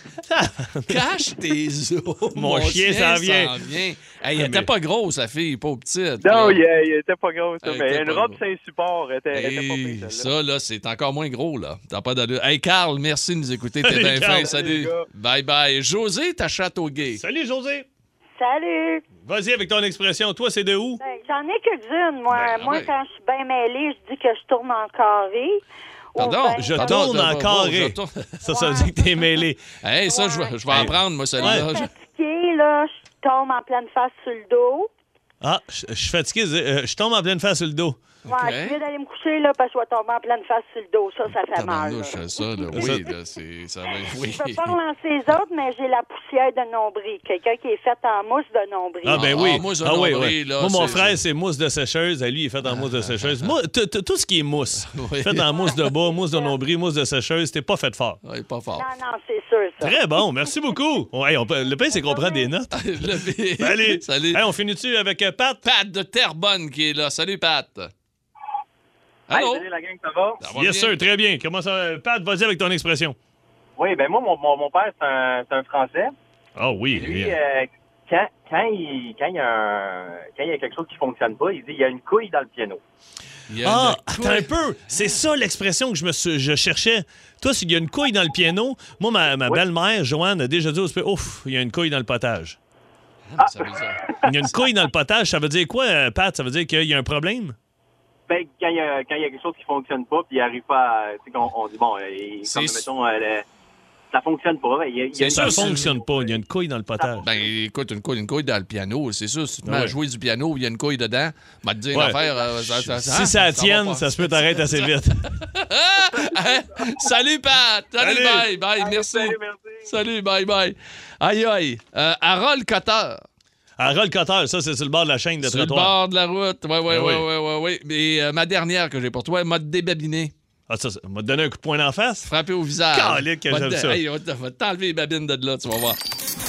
S2: cache tes os.
S1: Mon chien s'en vient. Ah,
S2: Hey, elle était
S1: Mais-
S2: pas grosse, la fille, pas petite.
S4: Non,
S2: là.
S4: il, euh, il était pas gros, ça.
S2: Il
S4: mais
S2: était
S4: une
S2: pas
S4: robe
S2: gros.
S4: sans support était, était pas
S2: Hey,
S4: pire, celle-là.
S2: Eh, ça, là, c'est encore moins gros, là. T'as pas d'allure. Hey, Carl, merci de nous écouter. T'es
S1: Salut,
S2: bien
S1: Carl.
S2: fin. Salut.
S4: les gars.
S2: Bye bye. José, ta chatte au gay.
S1: Salut, José.
S9: Salut!
S1: Vas-y avec ton expression. Toi, c'est de où?
S9: Ben, J'en ai que d'une, moi.
S2: Ben,
S9: moi,
S2: ouais.
S9: quand je suis bien mêlée, je dis que je tourne en carré. Ou
S2: Pardon,
S9: ben,
S1: je
S9: ben,
S1: tourne
S2: pardon,
S1: en
S2: je-
S1: carré.
S2: je tourne-
S1: Ça, ça veut dire que t'es mêlé.
S2: Hey, ça, je vais je vais en prendre, moi, celui-là.
S1: Ouais.
S2: Je-
S9: fatiguée, là, je tombe en pleine face sur le dos.
S1: Ah, je je suis fatigué. euh, je tombe en pleine face sur le dos.
S9: Ouais, je suis obligée d'aller me coucher, là, parce que je vais tomber en pleine face sur le dos. Ça, ça fait mal. là.
S2: Tabarnouche, ça, là, oui, là, c'est... Ça va... Oui.
S9: Je peux pas relancer les autres, mais j'ai la poussière de nombril. Quelqu'un qui est fait en mousse de nombril.
S1: Ah, ben oui.
S2: Ah, moi, j'ai un
S1: Ah oui,
S2: nombril,
S1: oui.
S2: là,
S1: Moi, mon
S2: c'est- Ah,
S1: frère, c'est mousse de sécheuse. À Lui, il est fait en mousse de sécheuse. Moi, t- t- tout ce qui est mousse,
S2: Oui.
S1: fait en mousse de bas, mousse de nombril, mousse de sécheuse, t'es pas fait fort.
S2: Ouais, pas fort.
S9: Non, Ah non, c'est sûr,
S2: Hein?
S9: ça.
S1: Très bon, merci beaucoup. On- hey, on peut- le pain, c'est qu'on prend des notes.
S2: Le-
S1: Allez,
S2: Salut.
S1: Hey, on finit-tu avec euh, Pat?
S2: Pat de Terrebonne qui est là. Salut, Pat. Allô?
S4: Salut, la gang, ça va?
S2: Ça va
S1: yes,
S2: bien?
S1: sir, très bien. Comment ça, euh, Pat, vas-y avec ton expression.
S4: Oui, ben moi, mon, mon, mon père, c'est un, c'est un Français.
S1: Ah oui.
S4: Lui,
S1: rien.
S4: euh, quand, quand, il, quand, il y a un, quand il y a quelque chose qui fonctionne pas, il dit il y a une couille dans le piano.
S2: Il y a
S1: Ah,
S2: une
S1: attends
S2: couille.
S1: un peu. C'est ça l'expression que je me suis- je cherchais. Toi, s'il y a une couille dans le piano, moi, ma, ma belle-mère, Joanne, a déjà dit au souper, ouf, il y a une couille dans le potage.
S2: Ah, ça veut dire-
S1: Il y a une couille dans le potage, ça veut dire quoi, euh, Pat? Ça veut dire qu'il y a un problème?
S4: Ben, quand il y a, quand il y a quelque chose qui fonctionne pas, puis il arrive pas à- Tu sais, qu'on on dit, bon, euh, il-
S2: C'est
S4: comme,
S2: s-
S4: mettons, euh, le- ça fonctionne pas. Ben, il y a- il y a
S2: C'est
S4: une-
S1: Ça
S2: sûr, c'est-
S1: fonctionne pas, il y a une couille dans le potage.
S2: Ben, écoute, une couille, une couille dans le piano, c'est sûr. Si tu te mets
S1: Ah
S2: à
S1: ouais.
S2: jouer du piano, il y a une couille dedans, m'a dit une
S1: Ouais.
S2: affaire. euh, ça- ça-
S1: si ça
S2: va
S1: tienne,
S2: pas.
S1: ça se peut t'arrêter assez vite.
S2: Ah! Hein? Salut, Pat! Salut,
S1: Salut.
S2: bye! Bye, merci!
S4: Salut, merci.
S2: Salut, bye, bye! Aïe, aïe! Euh, Harold Cotter,
S1: Harold Cotter, Ah, ça, c'est sur le bord de la chaîne de
S2: sur le
S1: trottoir.
S2: bord de la route. Ouais, ouais,
S1: Ah
S2: ouais,
S1: oui.
S2: ouais, ouais, ouais. Et euh, ma dernière que j'ai pour toi, m'a débabiné.
S1: Ah, ça, ça m'a donné un coup de poing d'en face.
S2: Frappé au visage.
S1: Calique que
S2: Va te-
S1: j'aime ça.
S2: Hey, on va va t'enlever les babines de là, tu vas voir.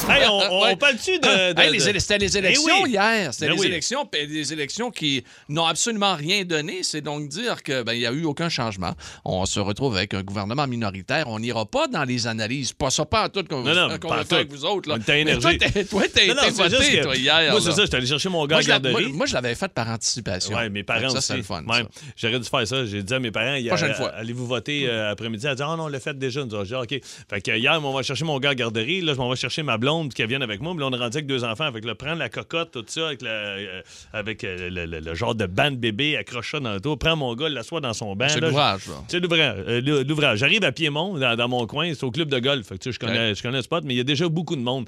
S1: Hey, on, on-
S2: Ouais.
S1: on parle-tu de.
S2: Hey,
S1: de-
S2: les
S1: de-
S2: éle- C'était les
S1: Eh
S2: élections
S1: oui.
S2: hier. C'était
S1: Ben
S2: les
S1: oui.
S2: élections, puis des élections qui n'ont absolument rien donné. C'est donc dire que ben, il n'y a eu aucun changement. On se retrouve avec un gouvernement minoritaire. On n'ira pas dans les analyses. Pas ça, pas en tout qu'on
S1: Non, non, pas
S2: qu'on veut
S1: en
S2: faire
S1: tout.
S2: avec vous autres. Là.
S1: On était
S2: Mais
S1: énergés.
S2: Toi, t'es- toi, t'as
S1: Non, non,
S2: été
S1: c'est juste
S2: voté,
S1: que-
S2: toi, hier.
S1: Moi,
S2: là.
S1: c'est ça, j'étais allé chercher mon gars
S2: Moi,
S1: à
S2: je l'a-
S1: garderie.
S2: moi- moi, je l'avais fait par anticipation.
S1: Ouais, mes parents
S2: ça,
S1: aussi.
S2: c'est le fun.
S1: Ouais,
S2: ça.
S1: J'aurais dû faire ça. J'ai dit à mes parents, hier,
S2: Prochaine
S1: euh,
S2: fois.
S1: allez-vous voter euh, après-midi? Elle a dit, ah non, on l'a fait déjà. Nous autres. J'ai dit, OK. Fait que hier, on va chercher mon gars à la garderie. Là, je m'en vais chercher ma blonde qui vienne avec moi. Puis là, on est rendu avec deux enfants. Avec le prendre la cocotte, tout ça, avec, la- euh, avec euh, le, le- le genre de banc de bébé, accroche ça dans le dos. Prends mon gars, l'assois dans son banc.
S2: C'est
S1: Hein, Là,
S2: l'ouvrage, là.
S1: c'est l'ouvrage. euh, l'ou- l'ouvrage. J'arrive à Piémont, dans, dans mon coin, c'est au club de golf. Fait que, tu sais, je, connais, je connais le spot, mais il y a déjà beaucoup de monde.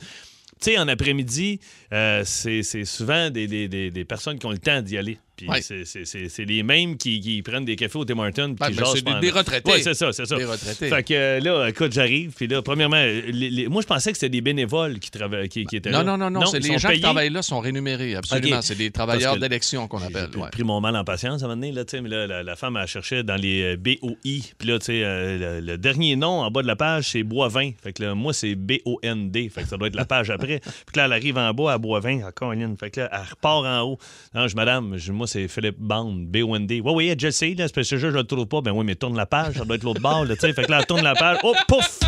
S1: Tu sais, en après-midi, euh, c'est c'est souvent des, des- des- des personnes qui ont le temps d'y aller. Puis
S2: Ouais.
S1: c'est- c'est c'est- c'est les mêmes qui, qui prennent des cafés au Tim Hortons.
S2: Ouais,
S1: puis qui
S2: ben,
S1: jasent
S2: c'est des-
S1: pendant-
S2: des retraités.
S1: Ouais, c'est ça, c'est ça.
S2: Des retraités.
S1: Fait que euh, là, écoute, j'arrive. Puis là, premièrement, euh, les- les- moi, je pensais que c'était des bénévoles qui, trava- qui, qui étaient
S2: Ben, Non,
S1: là.
S2: non, non, non, c'est
S1: ils
S2: les
S1: sont
S2: gens qui
S1: payés.
S2: travaillent là sont rémunérés, absolument.
S1: Ok.
S2: C'est des
S1: Parce
S2: travailleurs
S1: que-
S2: d'élection qu'on
S1: J'ai
S2: appelle.
S1: pris-
S2: ouais.
S1: pris mon mal en patience à un moment donné, là, tu sais, mais là, la, la femme, elle cherchait dans les euh, BOI. Puis là, tu sais, euh, le, le dernier nom en bas de la page, c'est Boivin. Fait que là, moi, c'est B-O-N-D. Fait que ça doit être la page après. Puis là, elle arrive en bas à Boivin, à Colline. Fait que là, elle repart en haut. Non, je, madame, je- moi, c'est Philippe Bande, B-O-N-D. Ouais, oui, je le sais, là, c'est parce que je, je le trouve pas. Ben oui, mais tourne la page, ça doit être l'autre bord, là, tu sais. Fait que là, elle tourne la page. Oh, pouf!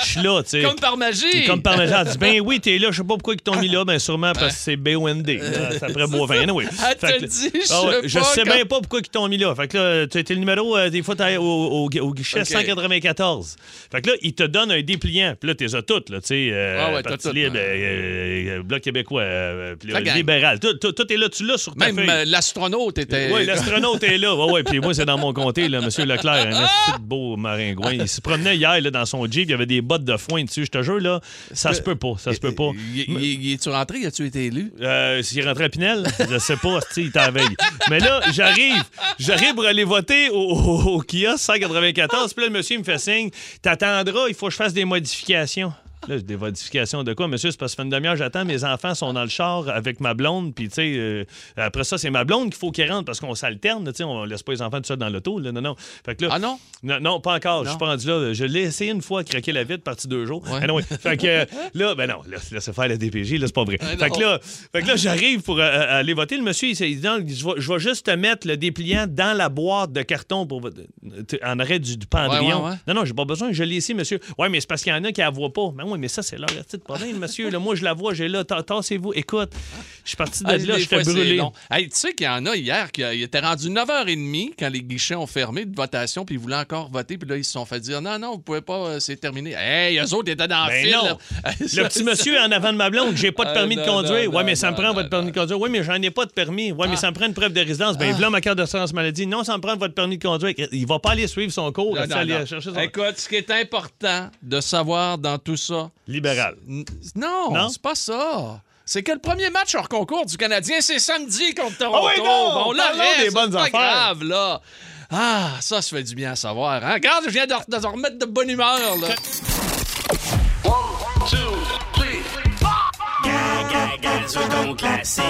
S1: Je suis là, tu sais.
S2: Comme par
S1: Et
S2: magie!
S1: comme par magie, elle dit Ben oui, t'es là, je sais pas pourquoi ils t'ont mis là, ben sûrement parce que c'est B-O-N-D. là, C'est après Boivin. Anyway.
S2: Euh, Elle te
S1: Fait que-
S2: le dit, je
S1: Ah ouais,
S2: sais
S1: je
S2: pas
S1: sais
S2: quand-
S1: bien pas pourquoi ils t'ont mis là. Fait que là, tu étais le numéro, euh, des fois, t'as au, au, au guichet
S2: Ok.
S1: 194. Fait que là, ils te donnent un dépliant. Puis là, t'es à toutes, là, tu sais. euh,
S2: Ah ouais, t'as
S1: Parti
S2: toutes,
S1: libre,
S2: ouais.
S1: euh, euh, Bloc québécois, euh, puis là,
S2: La gang.
S1: libéral. Tout, tout- tout est là, tu l'as sur ta
S2: Même
S1: feuille.
S2: euh, l'astronaute était.
S1: Oui, l'astronaute est là. Oui, oui. Puis moi, c'est dans mon comté, là, M. Leclerc, un petit beau maringouin. Il se promenait hier là, dans son Jeep, il y avait des bottes de foin dessus. Je te jure, là,
S2: Euh,
S1: ça se peut pas. Ça se peut pas.
S2: Il- il- il- Es-tu rentré? As-tu été élu?
S1: Euh, S'il rentrait à Pinel, je sais pas, tu sais, il était à la veille. Mais là, j'arrive, j'arrive pour aller voter au, au- au kiosque 194. Puis là, le monsieur il me fait signe T'attendras, il faut que je fasse des modifications. Là, j'ai des modifications de quoi? Monsieur, c'est parce que ça fait une demi-heure, j'attends, mes enfants sont dans le char avec ma blonde, puis tu sais, euh, après ça, c'est ma blonde qu'il faut qu'elle rentre parce qu'on s'alterne, tu sais, on laisse pas les enfants tout seuls dans l'auto, là, non, non. Fait que là,
S2: Ah non?
S1: non, non, pas encore. Je suis
S2: Non.
S1: pas rendu là. Je l'ai essayé une fois, craquer la vitre, parti deux jours.
S2: Ouais.
S1: Ah non, oui. Fait que euh, là, ben non, là, là, c'est faire la DPJ, là, c'est pas vrai.
S2: Ah non.
S1: fait que là, fait que là j'arrive pour euh, euh, aller voter. Le monsieur, il s'est dit, non, je vais, je vais juste te mettre le dépliant dans la boîte de carton pour votre- tu- en arrêt du, du
S2: Ouais,
S1: pendrillon.
S2: ouais, ouais.
S1: Non, non, j'ai pas besoin. Je l'ai ici, monsieur. Ouais, mais c'est parce qu'il y en a qui la voient pas. Ben Mais oui, mais ça, c'est leur petite problème, monsieur. Là, moi, je la vois, j'ai là. Ta- Tassez-vous. Écoute, je suis parti de là,
S2: Ah, des
S1: je
S2: fois,
S1: t'ai
S2: c'est
S1: brûlé.
S2: long. Hey, tu sais qu'il y en a hier qui euh, il était rendu 9h30 quand les guichets ont fermé de votation, puis ils voulaient encore voter, puis là, ils se sont fait dire non, non, vous pouvez pas, euh, c'est terminé. Hey, eux autres étaient dans le
S1: Ben
S2: fil.
S1: non.
S2: là.
S1: Le petit monsieur en avant de ma blonde, j'ai pas de
S2: Ah,
S1: permis de
S2: non,
S1: conduire.
S2: non,
S1: ouais,
S2: non,
S1: mais ça me
S2: non,
S1: prend
S2: non,
S1: votre permis
S2: non. Ah.
S1: de conduire. Ouais, mais j'en ai pas de permis. Ouais, mais ça me prend une preuve de résidence. Ben, voilà ma carte d'assurance maladie. Non, ça me prend votre permis de conduire. Il va pas aller suivre son cours.
S2: Non,
S1: il va
S2: non,
S1: aller
S2: non.
S1: chercher son.
S2: Écoute, ce qui est important de savoir dans tout ça,
S1: Libéral.
S2: N- Non,
S1: Non?
S2: c'est pas ça. C'est que le premier match hors concours du Canadien, c'est samedi contre Toronto.
S1: Ah oui, non!
S2: Bon, on
S1: Parlons
S2: l'arrête,
S1: des
S2: c'est
S1: bonnes
S2: pas
S1: affaires.
S2: grave, là. Ah, ça, ça fait du bien à savoir. Hein? Regarde, je viens de, re- de te remettre de bonne humeur, là.
S3: Gazou ton classique.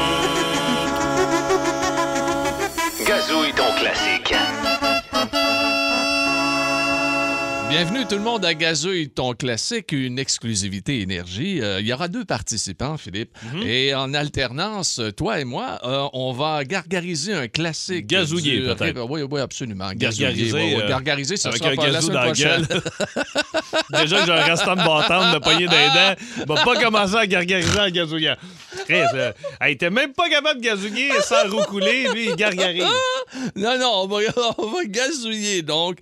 S6: Gazouille ton classique.
S2: Bienvenue tout le monde à Gazouille, ton classique, une exclusivité énergie. Euh, Il y aura deux participants, Philippe.
S1: Mhm.
S2: Et en alternance, toi et moi, euh, on va gargariser un classique.
S1: Gazouiller,
S2: du-
S1: peut-être.
S2: Oui, oui, absolument.
S1: Gargariser,
S2: Gazouiller, oui, oui.
S1: euh,
S2: Gargariser, ça
S1: avec
S2: sera
S1: un
S2: pas la
S1: gazou
S2: semaine
S1: dans la
S2: prochaine.
S1: gueule. Déjà que j'ai un restant de bâton de poignée des dents, va pas commencer à gargariser en gazouillant. Chris, euh, hey, t'es même pas capable de gazouiller sans roucouler, lui, il gargarise.
S2: Non, non, on va, on va gazouiller donc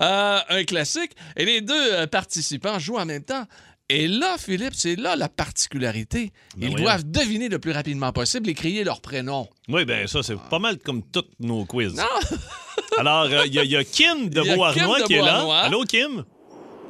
S2: Euh, un classique. Et les deux euh, participants jouent en même temps. Et là, Philippe, c'est là la particularité. Ils
S1: Ben voyons.
S2: doivent deviner le plus rapidement possible et crier leur prénom.
S1: Oui, ben ça, c'est pas mal comme tous nos quiz.
S2: Non.
S1: Alors, il y, a- y a Kim de
S2: Il y a Kim
S1: Beauharnois
S2: de
S1: qui est là.
S2: Beauharnois.
S1: Allô, Kim?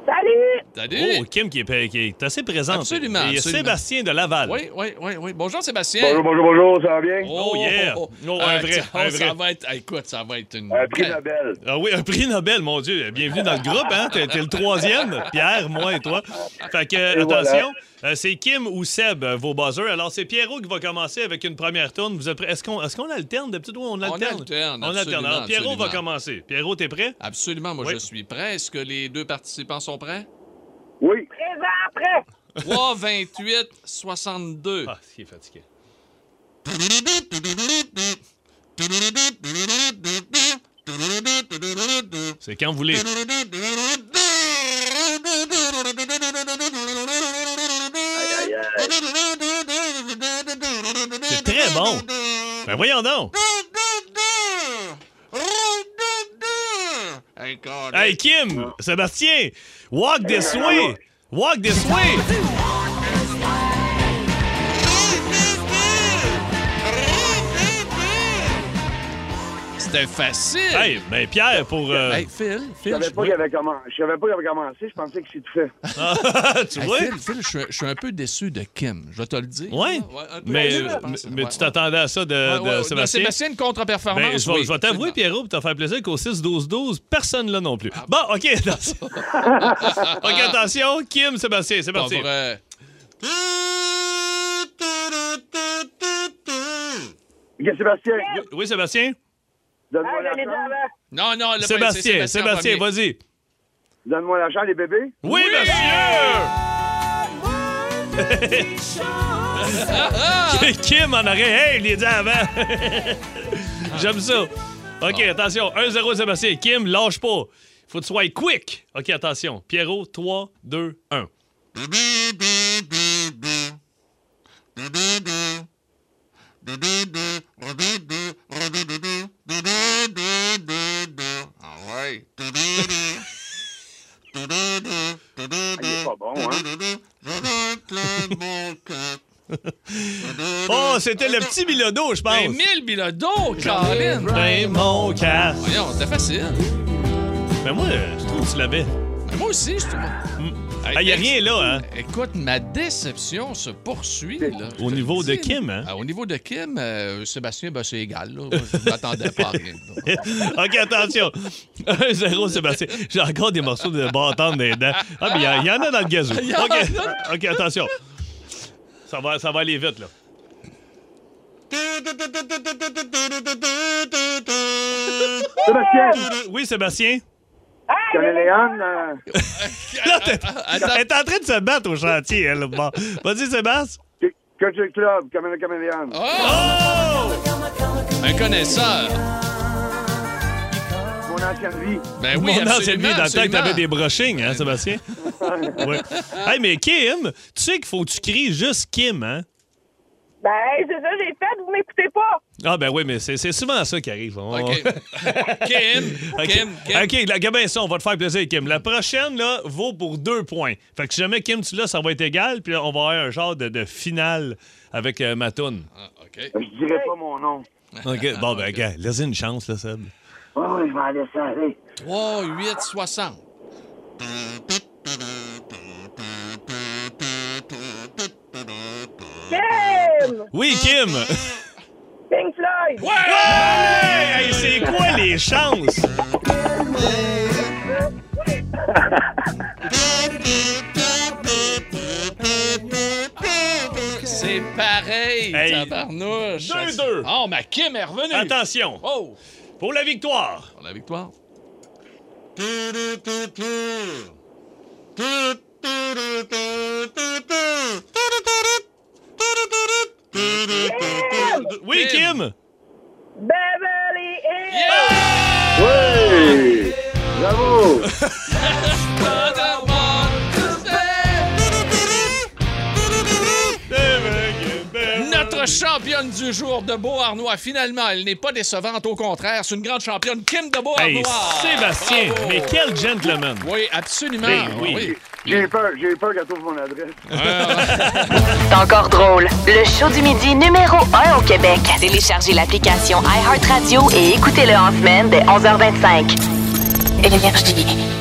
S7: Salut!
S2: Salut!
S1: Oh, Kim qui est, qui est assez présente.
S2: Absolument,
S1: Et il y a
S2: absolument.
S1: Sébastien de Laval.
S2: Oui, oui, oui, oui. Bonjour, Sébastien.
S4: Bonjour, bonjour, bonjour, ça va bien?
S1: Oh, yeah. Oh, un vrai,
S2: Ah, tiens,
S1: un
S2: Ça
S1: vrai.
S2: va être, ah, écoute, ça va être une...
S4: Un prix
S2: belle-
S4: Nobel.
S1: Ah oui, un prix Nobel, mon Dieu. Bienvenue dans le groupe, hein? T'es, t'es le troisième, Pierre, moi et toi. Fait que, euh,
S4: Et voilà.
S1: attention, euh, c'est Kim ou Seb, euh, vos buzzers. Alors, c'est Pierrot qui va commencer avec une première tourne. Vous êtes prêts? Est-ce qu'on, est-ce qu'on alterne d'habitude? Oui, on alterne.
S2: alterne,
S1: On alterne.
S2: absolument,
S1: Alors, Pierrot
S2: absolument.
S1: va commencer. Pierrot, t'es prêt?
S2: Absolument, moi
S1: Oui.
S2: je suis prêt. Est-ce que les deux participants sont prêts?
S4: Oui.
S7: Présent après!
S2: 3, 28, 62.
S1: Ah, il est fatigué. C'est quand vous voulez. C'est très bon. Ben voyons donc. Hey Kim, Sébastien, walk this way. Walk this way.
S2: C'était facile!
S1: Hey, ben Pierre pour euh,
S2: Hey, Phil,
S4: Je
S2: Phil,
S4: savais pas
S2: oui.
S4: qu'il avait commencé. Je savais pas qu'il avait commencé. Je pensais que c'est tout fait.
S1: tu
S2: Hey,
S1: vois.
S2: Phil, Phil, je suis- je suis un peu déçu de Kim, je vais te le dire.
S1: Ouais.
S2: un peu
S1: Mais, euh,
S2: déçu, je
S1: mais,
S2: pense.
S1: mais
S2: Ouais,
S1: tu
S2: ouais.
S1: t'attendais à ça de,
S2: Ouais,
S1: Euh, de
S2: ouais, ouais.
S1: Sébastien.
S2: Non, Sébastien, une contre-performance.
S1: Ben, je vais,
S2: oui,
S1: je vais t'avouer, Pierrot, pour te faire plaisir qu'au 6-12-12, personne là non plus.
S2: Ah.
S1: Bon, OK. attention. OK, attention. Kim, Sébastien,
S2: Pas
S1: Sébastien.
S2: vrai.
S4: Ok, Sébastien,
S1: Oui, Sébastien?
S4: donne-moi
S7: Hey,
S4: la
S7: je l'ai dit
S4: chance.
S7: avant.
S2: Non, non, le
S1: Sébastien,
S2: c'est
S1: Sébastien,
S2: en premier.
S1: vas-y.
S4: Donne-moi la chance, les bébés.
S1: Oui, monsieur! Kim en aurait. Hey, il est dit avant. J'aime ça. OK, attention. 1-0, Sébastien. Kim, lâche pas. Faut que tu sois quick. OK, attention. Pierrot, 3, 2, 1.
S4: Ah, il est pas bon, hein?
S1: Oh, c'était le petit Milodo, je pense.
S2: Émile Bilodeau, Caroline!
S1: Ben, mon casse.
S2: Voyons, c'était facile.
S1: Mais moi, je trouve que tu l'avais.
S2: Mais moi aussi, je trouve.
S1: Il n'y a rien là, hein?
S2: Écoute, ma déception se poursuit. là.
S1: Au
S2: Je te
S1: niveau
S2: le
S1: de
S2: dis,
S1: Kim,
S2: là.
S1: hein?
S2: Ah, au niveau de Kim, euh, Sébastien, ben, c'est égal. là. Moi, je ne m'attendais pas à rien. là.
S1: OK, attention. 1-0, Sébastien. J'ai encore des morceaux de bâton dans les dents. Ah, mais il y a- il y, en a dans le gazou.
S2: Il y en
S1: OK, OK, attention. Ça va, ça va aller vite, là.
S8: Sébastien,
S1: Oui, Sébastien?
S8: Caméléon, euh,
S1: Là, t'es-
S2: euh,
S1: elle est en train de se battre au chantier, elle. Bon. Vas-y, Sébastien.
S8: Cu- Culture Club, comme le caméléon.
S2: Ah!
S1: Oh!
S2: Un connaisseur.
S8: Mon ancienne vie.
S2: Ben oui,
S1: Mon ancienne
S2: absolument,
S1: vie, dans le temps que
S2: absolument.
S1: t'avais des brochings, hein, Sébastien? oui. Hey, mais Kim, tu sais qu'il faut que tu cries juste Kim, hein?
S7: Ben, c'est ça, j'ai fait, vous m'écoutez pas.
S1: Ah, ben oui, mais c'est c'est souvent ça qui arrive. On-
S2: OK. Kim,
S1: OK.
S2: Kim, Kim.
S1: OK, la gamin, ça, on va te faire plaisir, Kim. La prochaine, là, vaut pour deux points. Fait que si jamais, Kim, tu l'as, ça va être égal, puis là, on va avoir un genre de, de finale avec euh, ma toune.
S2: Ah, OK.
S8: Je dirais pas mon nom.
S1: OK, bon, ben, gars, laissez une chance, là, Seb.
S8: Oh, je vais en laisser aller.
S2: 3, 8, 60.
S7: Kim!
S1: Oui, Kim!
S7: Pink Floyd!
S1: Ouais! Hey, c'est quoi les chances?
S2: C'est pareil,
S1: Hey.
S2: tabarnouche.
S1: Deux, deux.
S2: Oh, ma Kim est revenue.
S1: Attention,
S2: Oh,
S1: pour la victoire!
S2: pour la victoire.
S1: Oui,
S2: Kim.
S1: Kim!
S7: Beverly Hills!
S8: Oui! Bravo!
S2: Notre championne du jour de Beauharnois, finalement, elle n'est pas décevante, au contraire, c'est une grande championne, Kim de
S1: Hey,
S2: Beauharnois.
S1: Sébastien,
S2: Bravo.
S1: mais quel gentleman!
S2: Oui, absolument.
S1: Mais oui.
S8: J'ai peur, j'ai peur qu'elle trouve mon adresse.
S5: C'est encore drôle. Le show du midi numéro 1 au Québec. Téléchargez l'application iHeartRadio et écoutez-le en semaine dès 11h25. Énergie.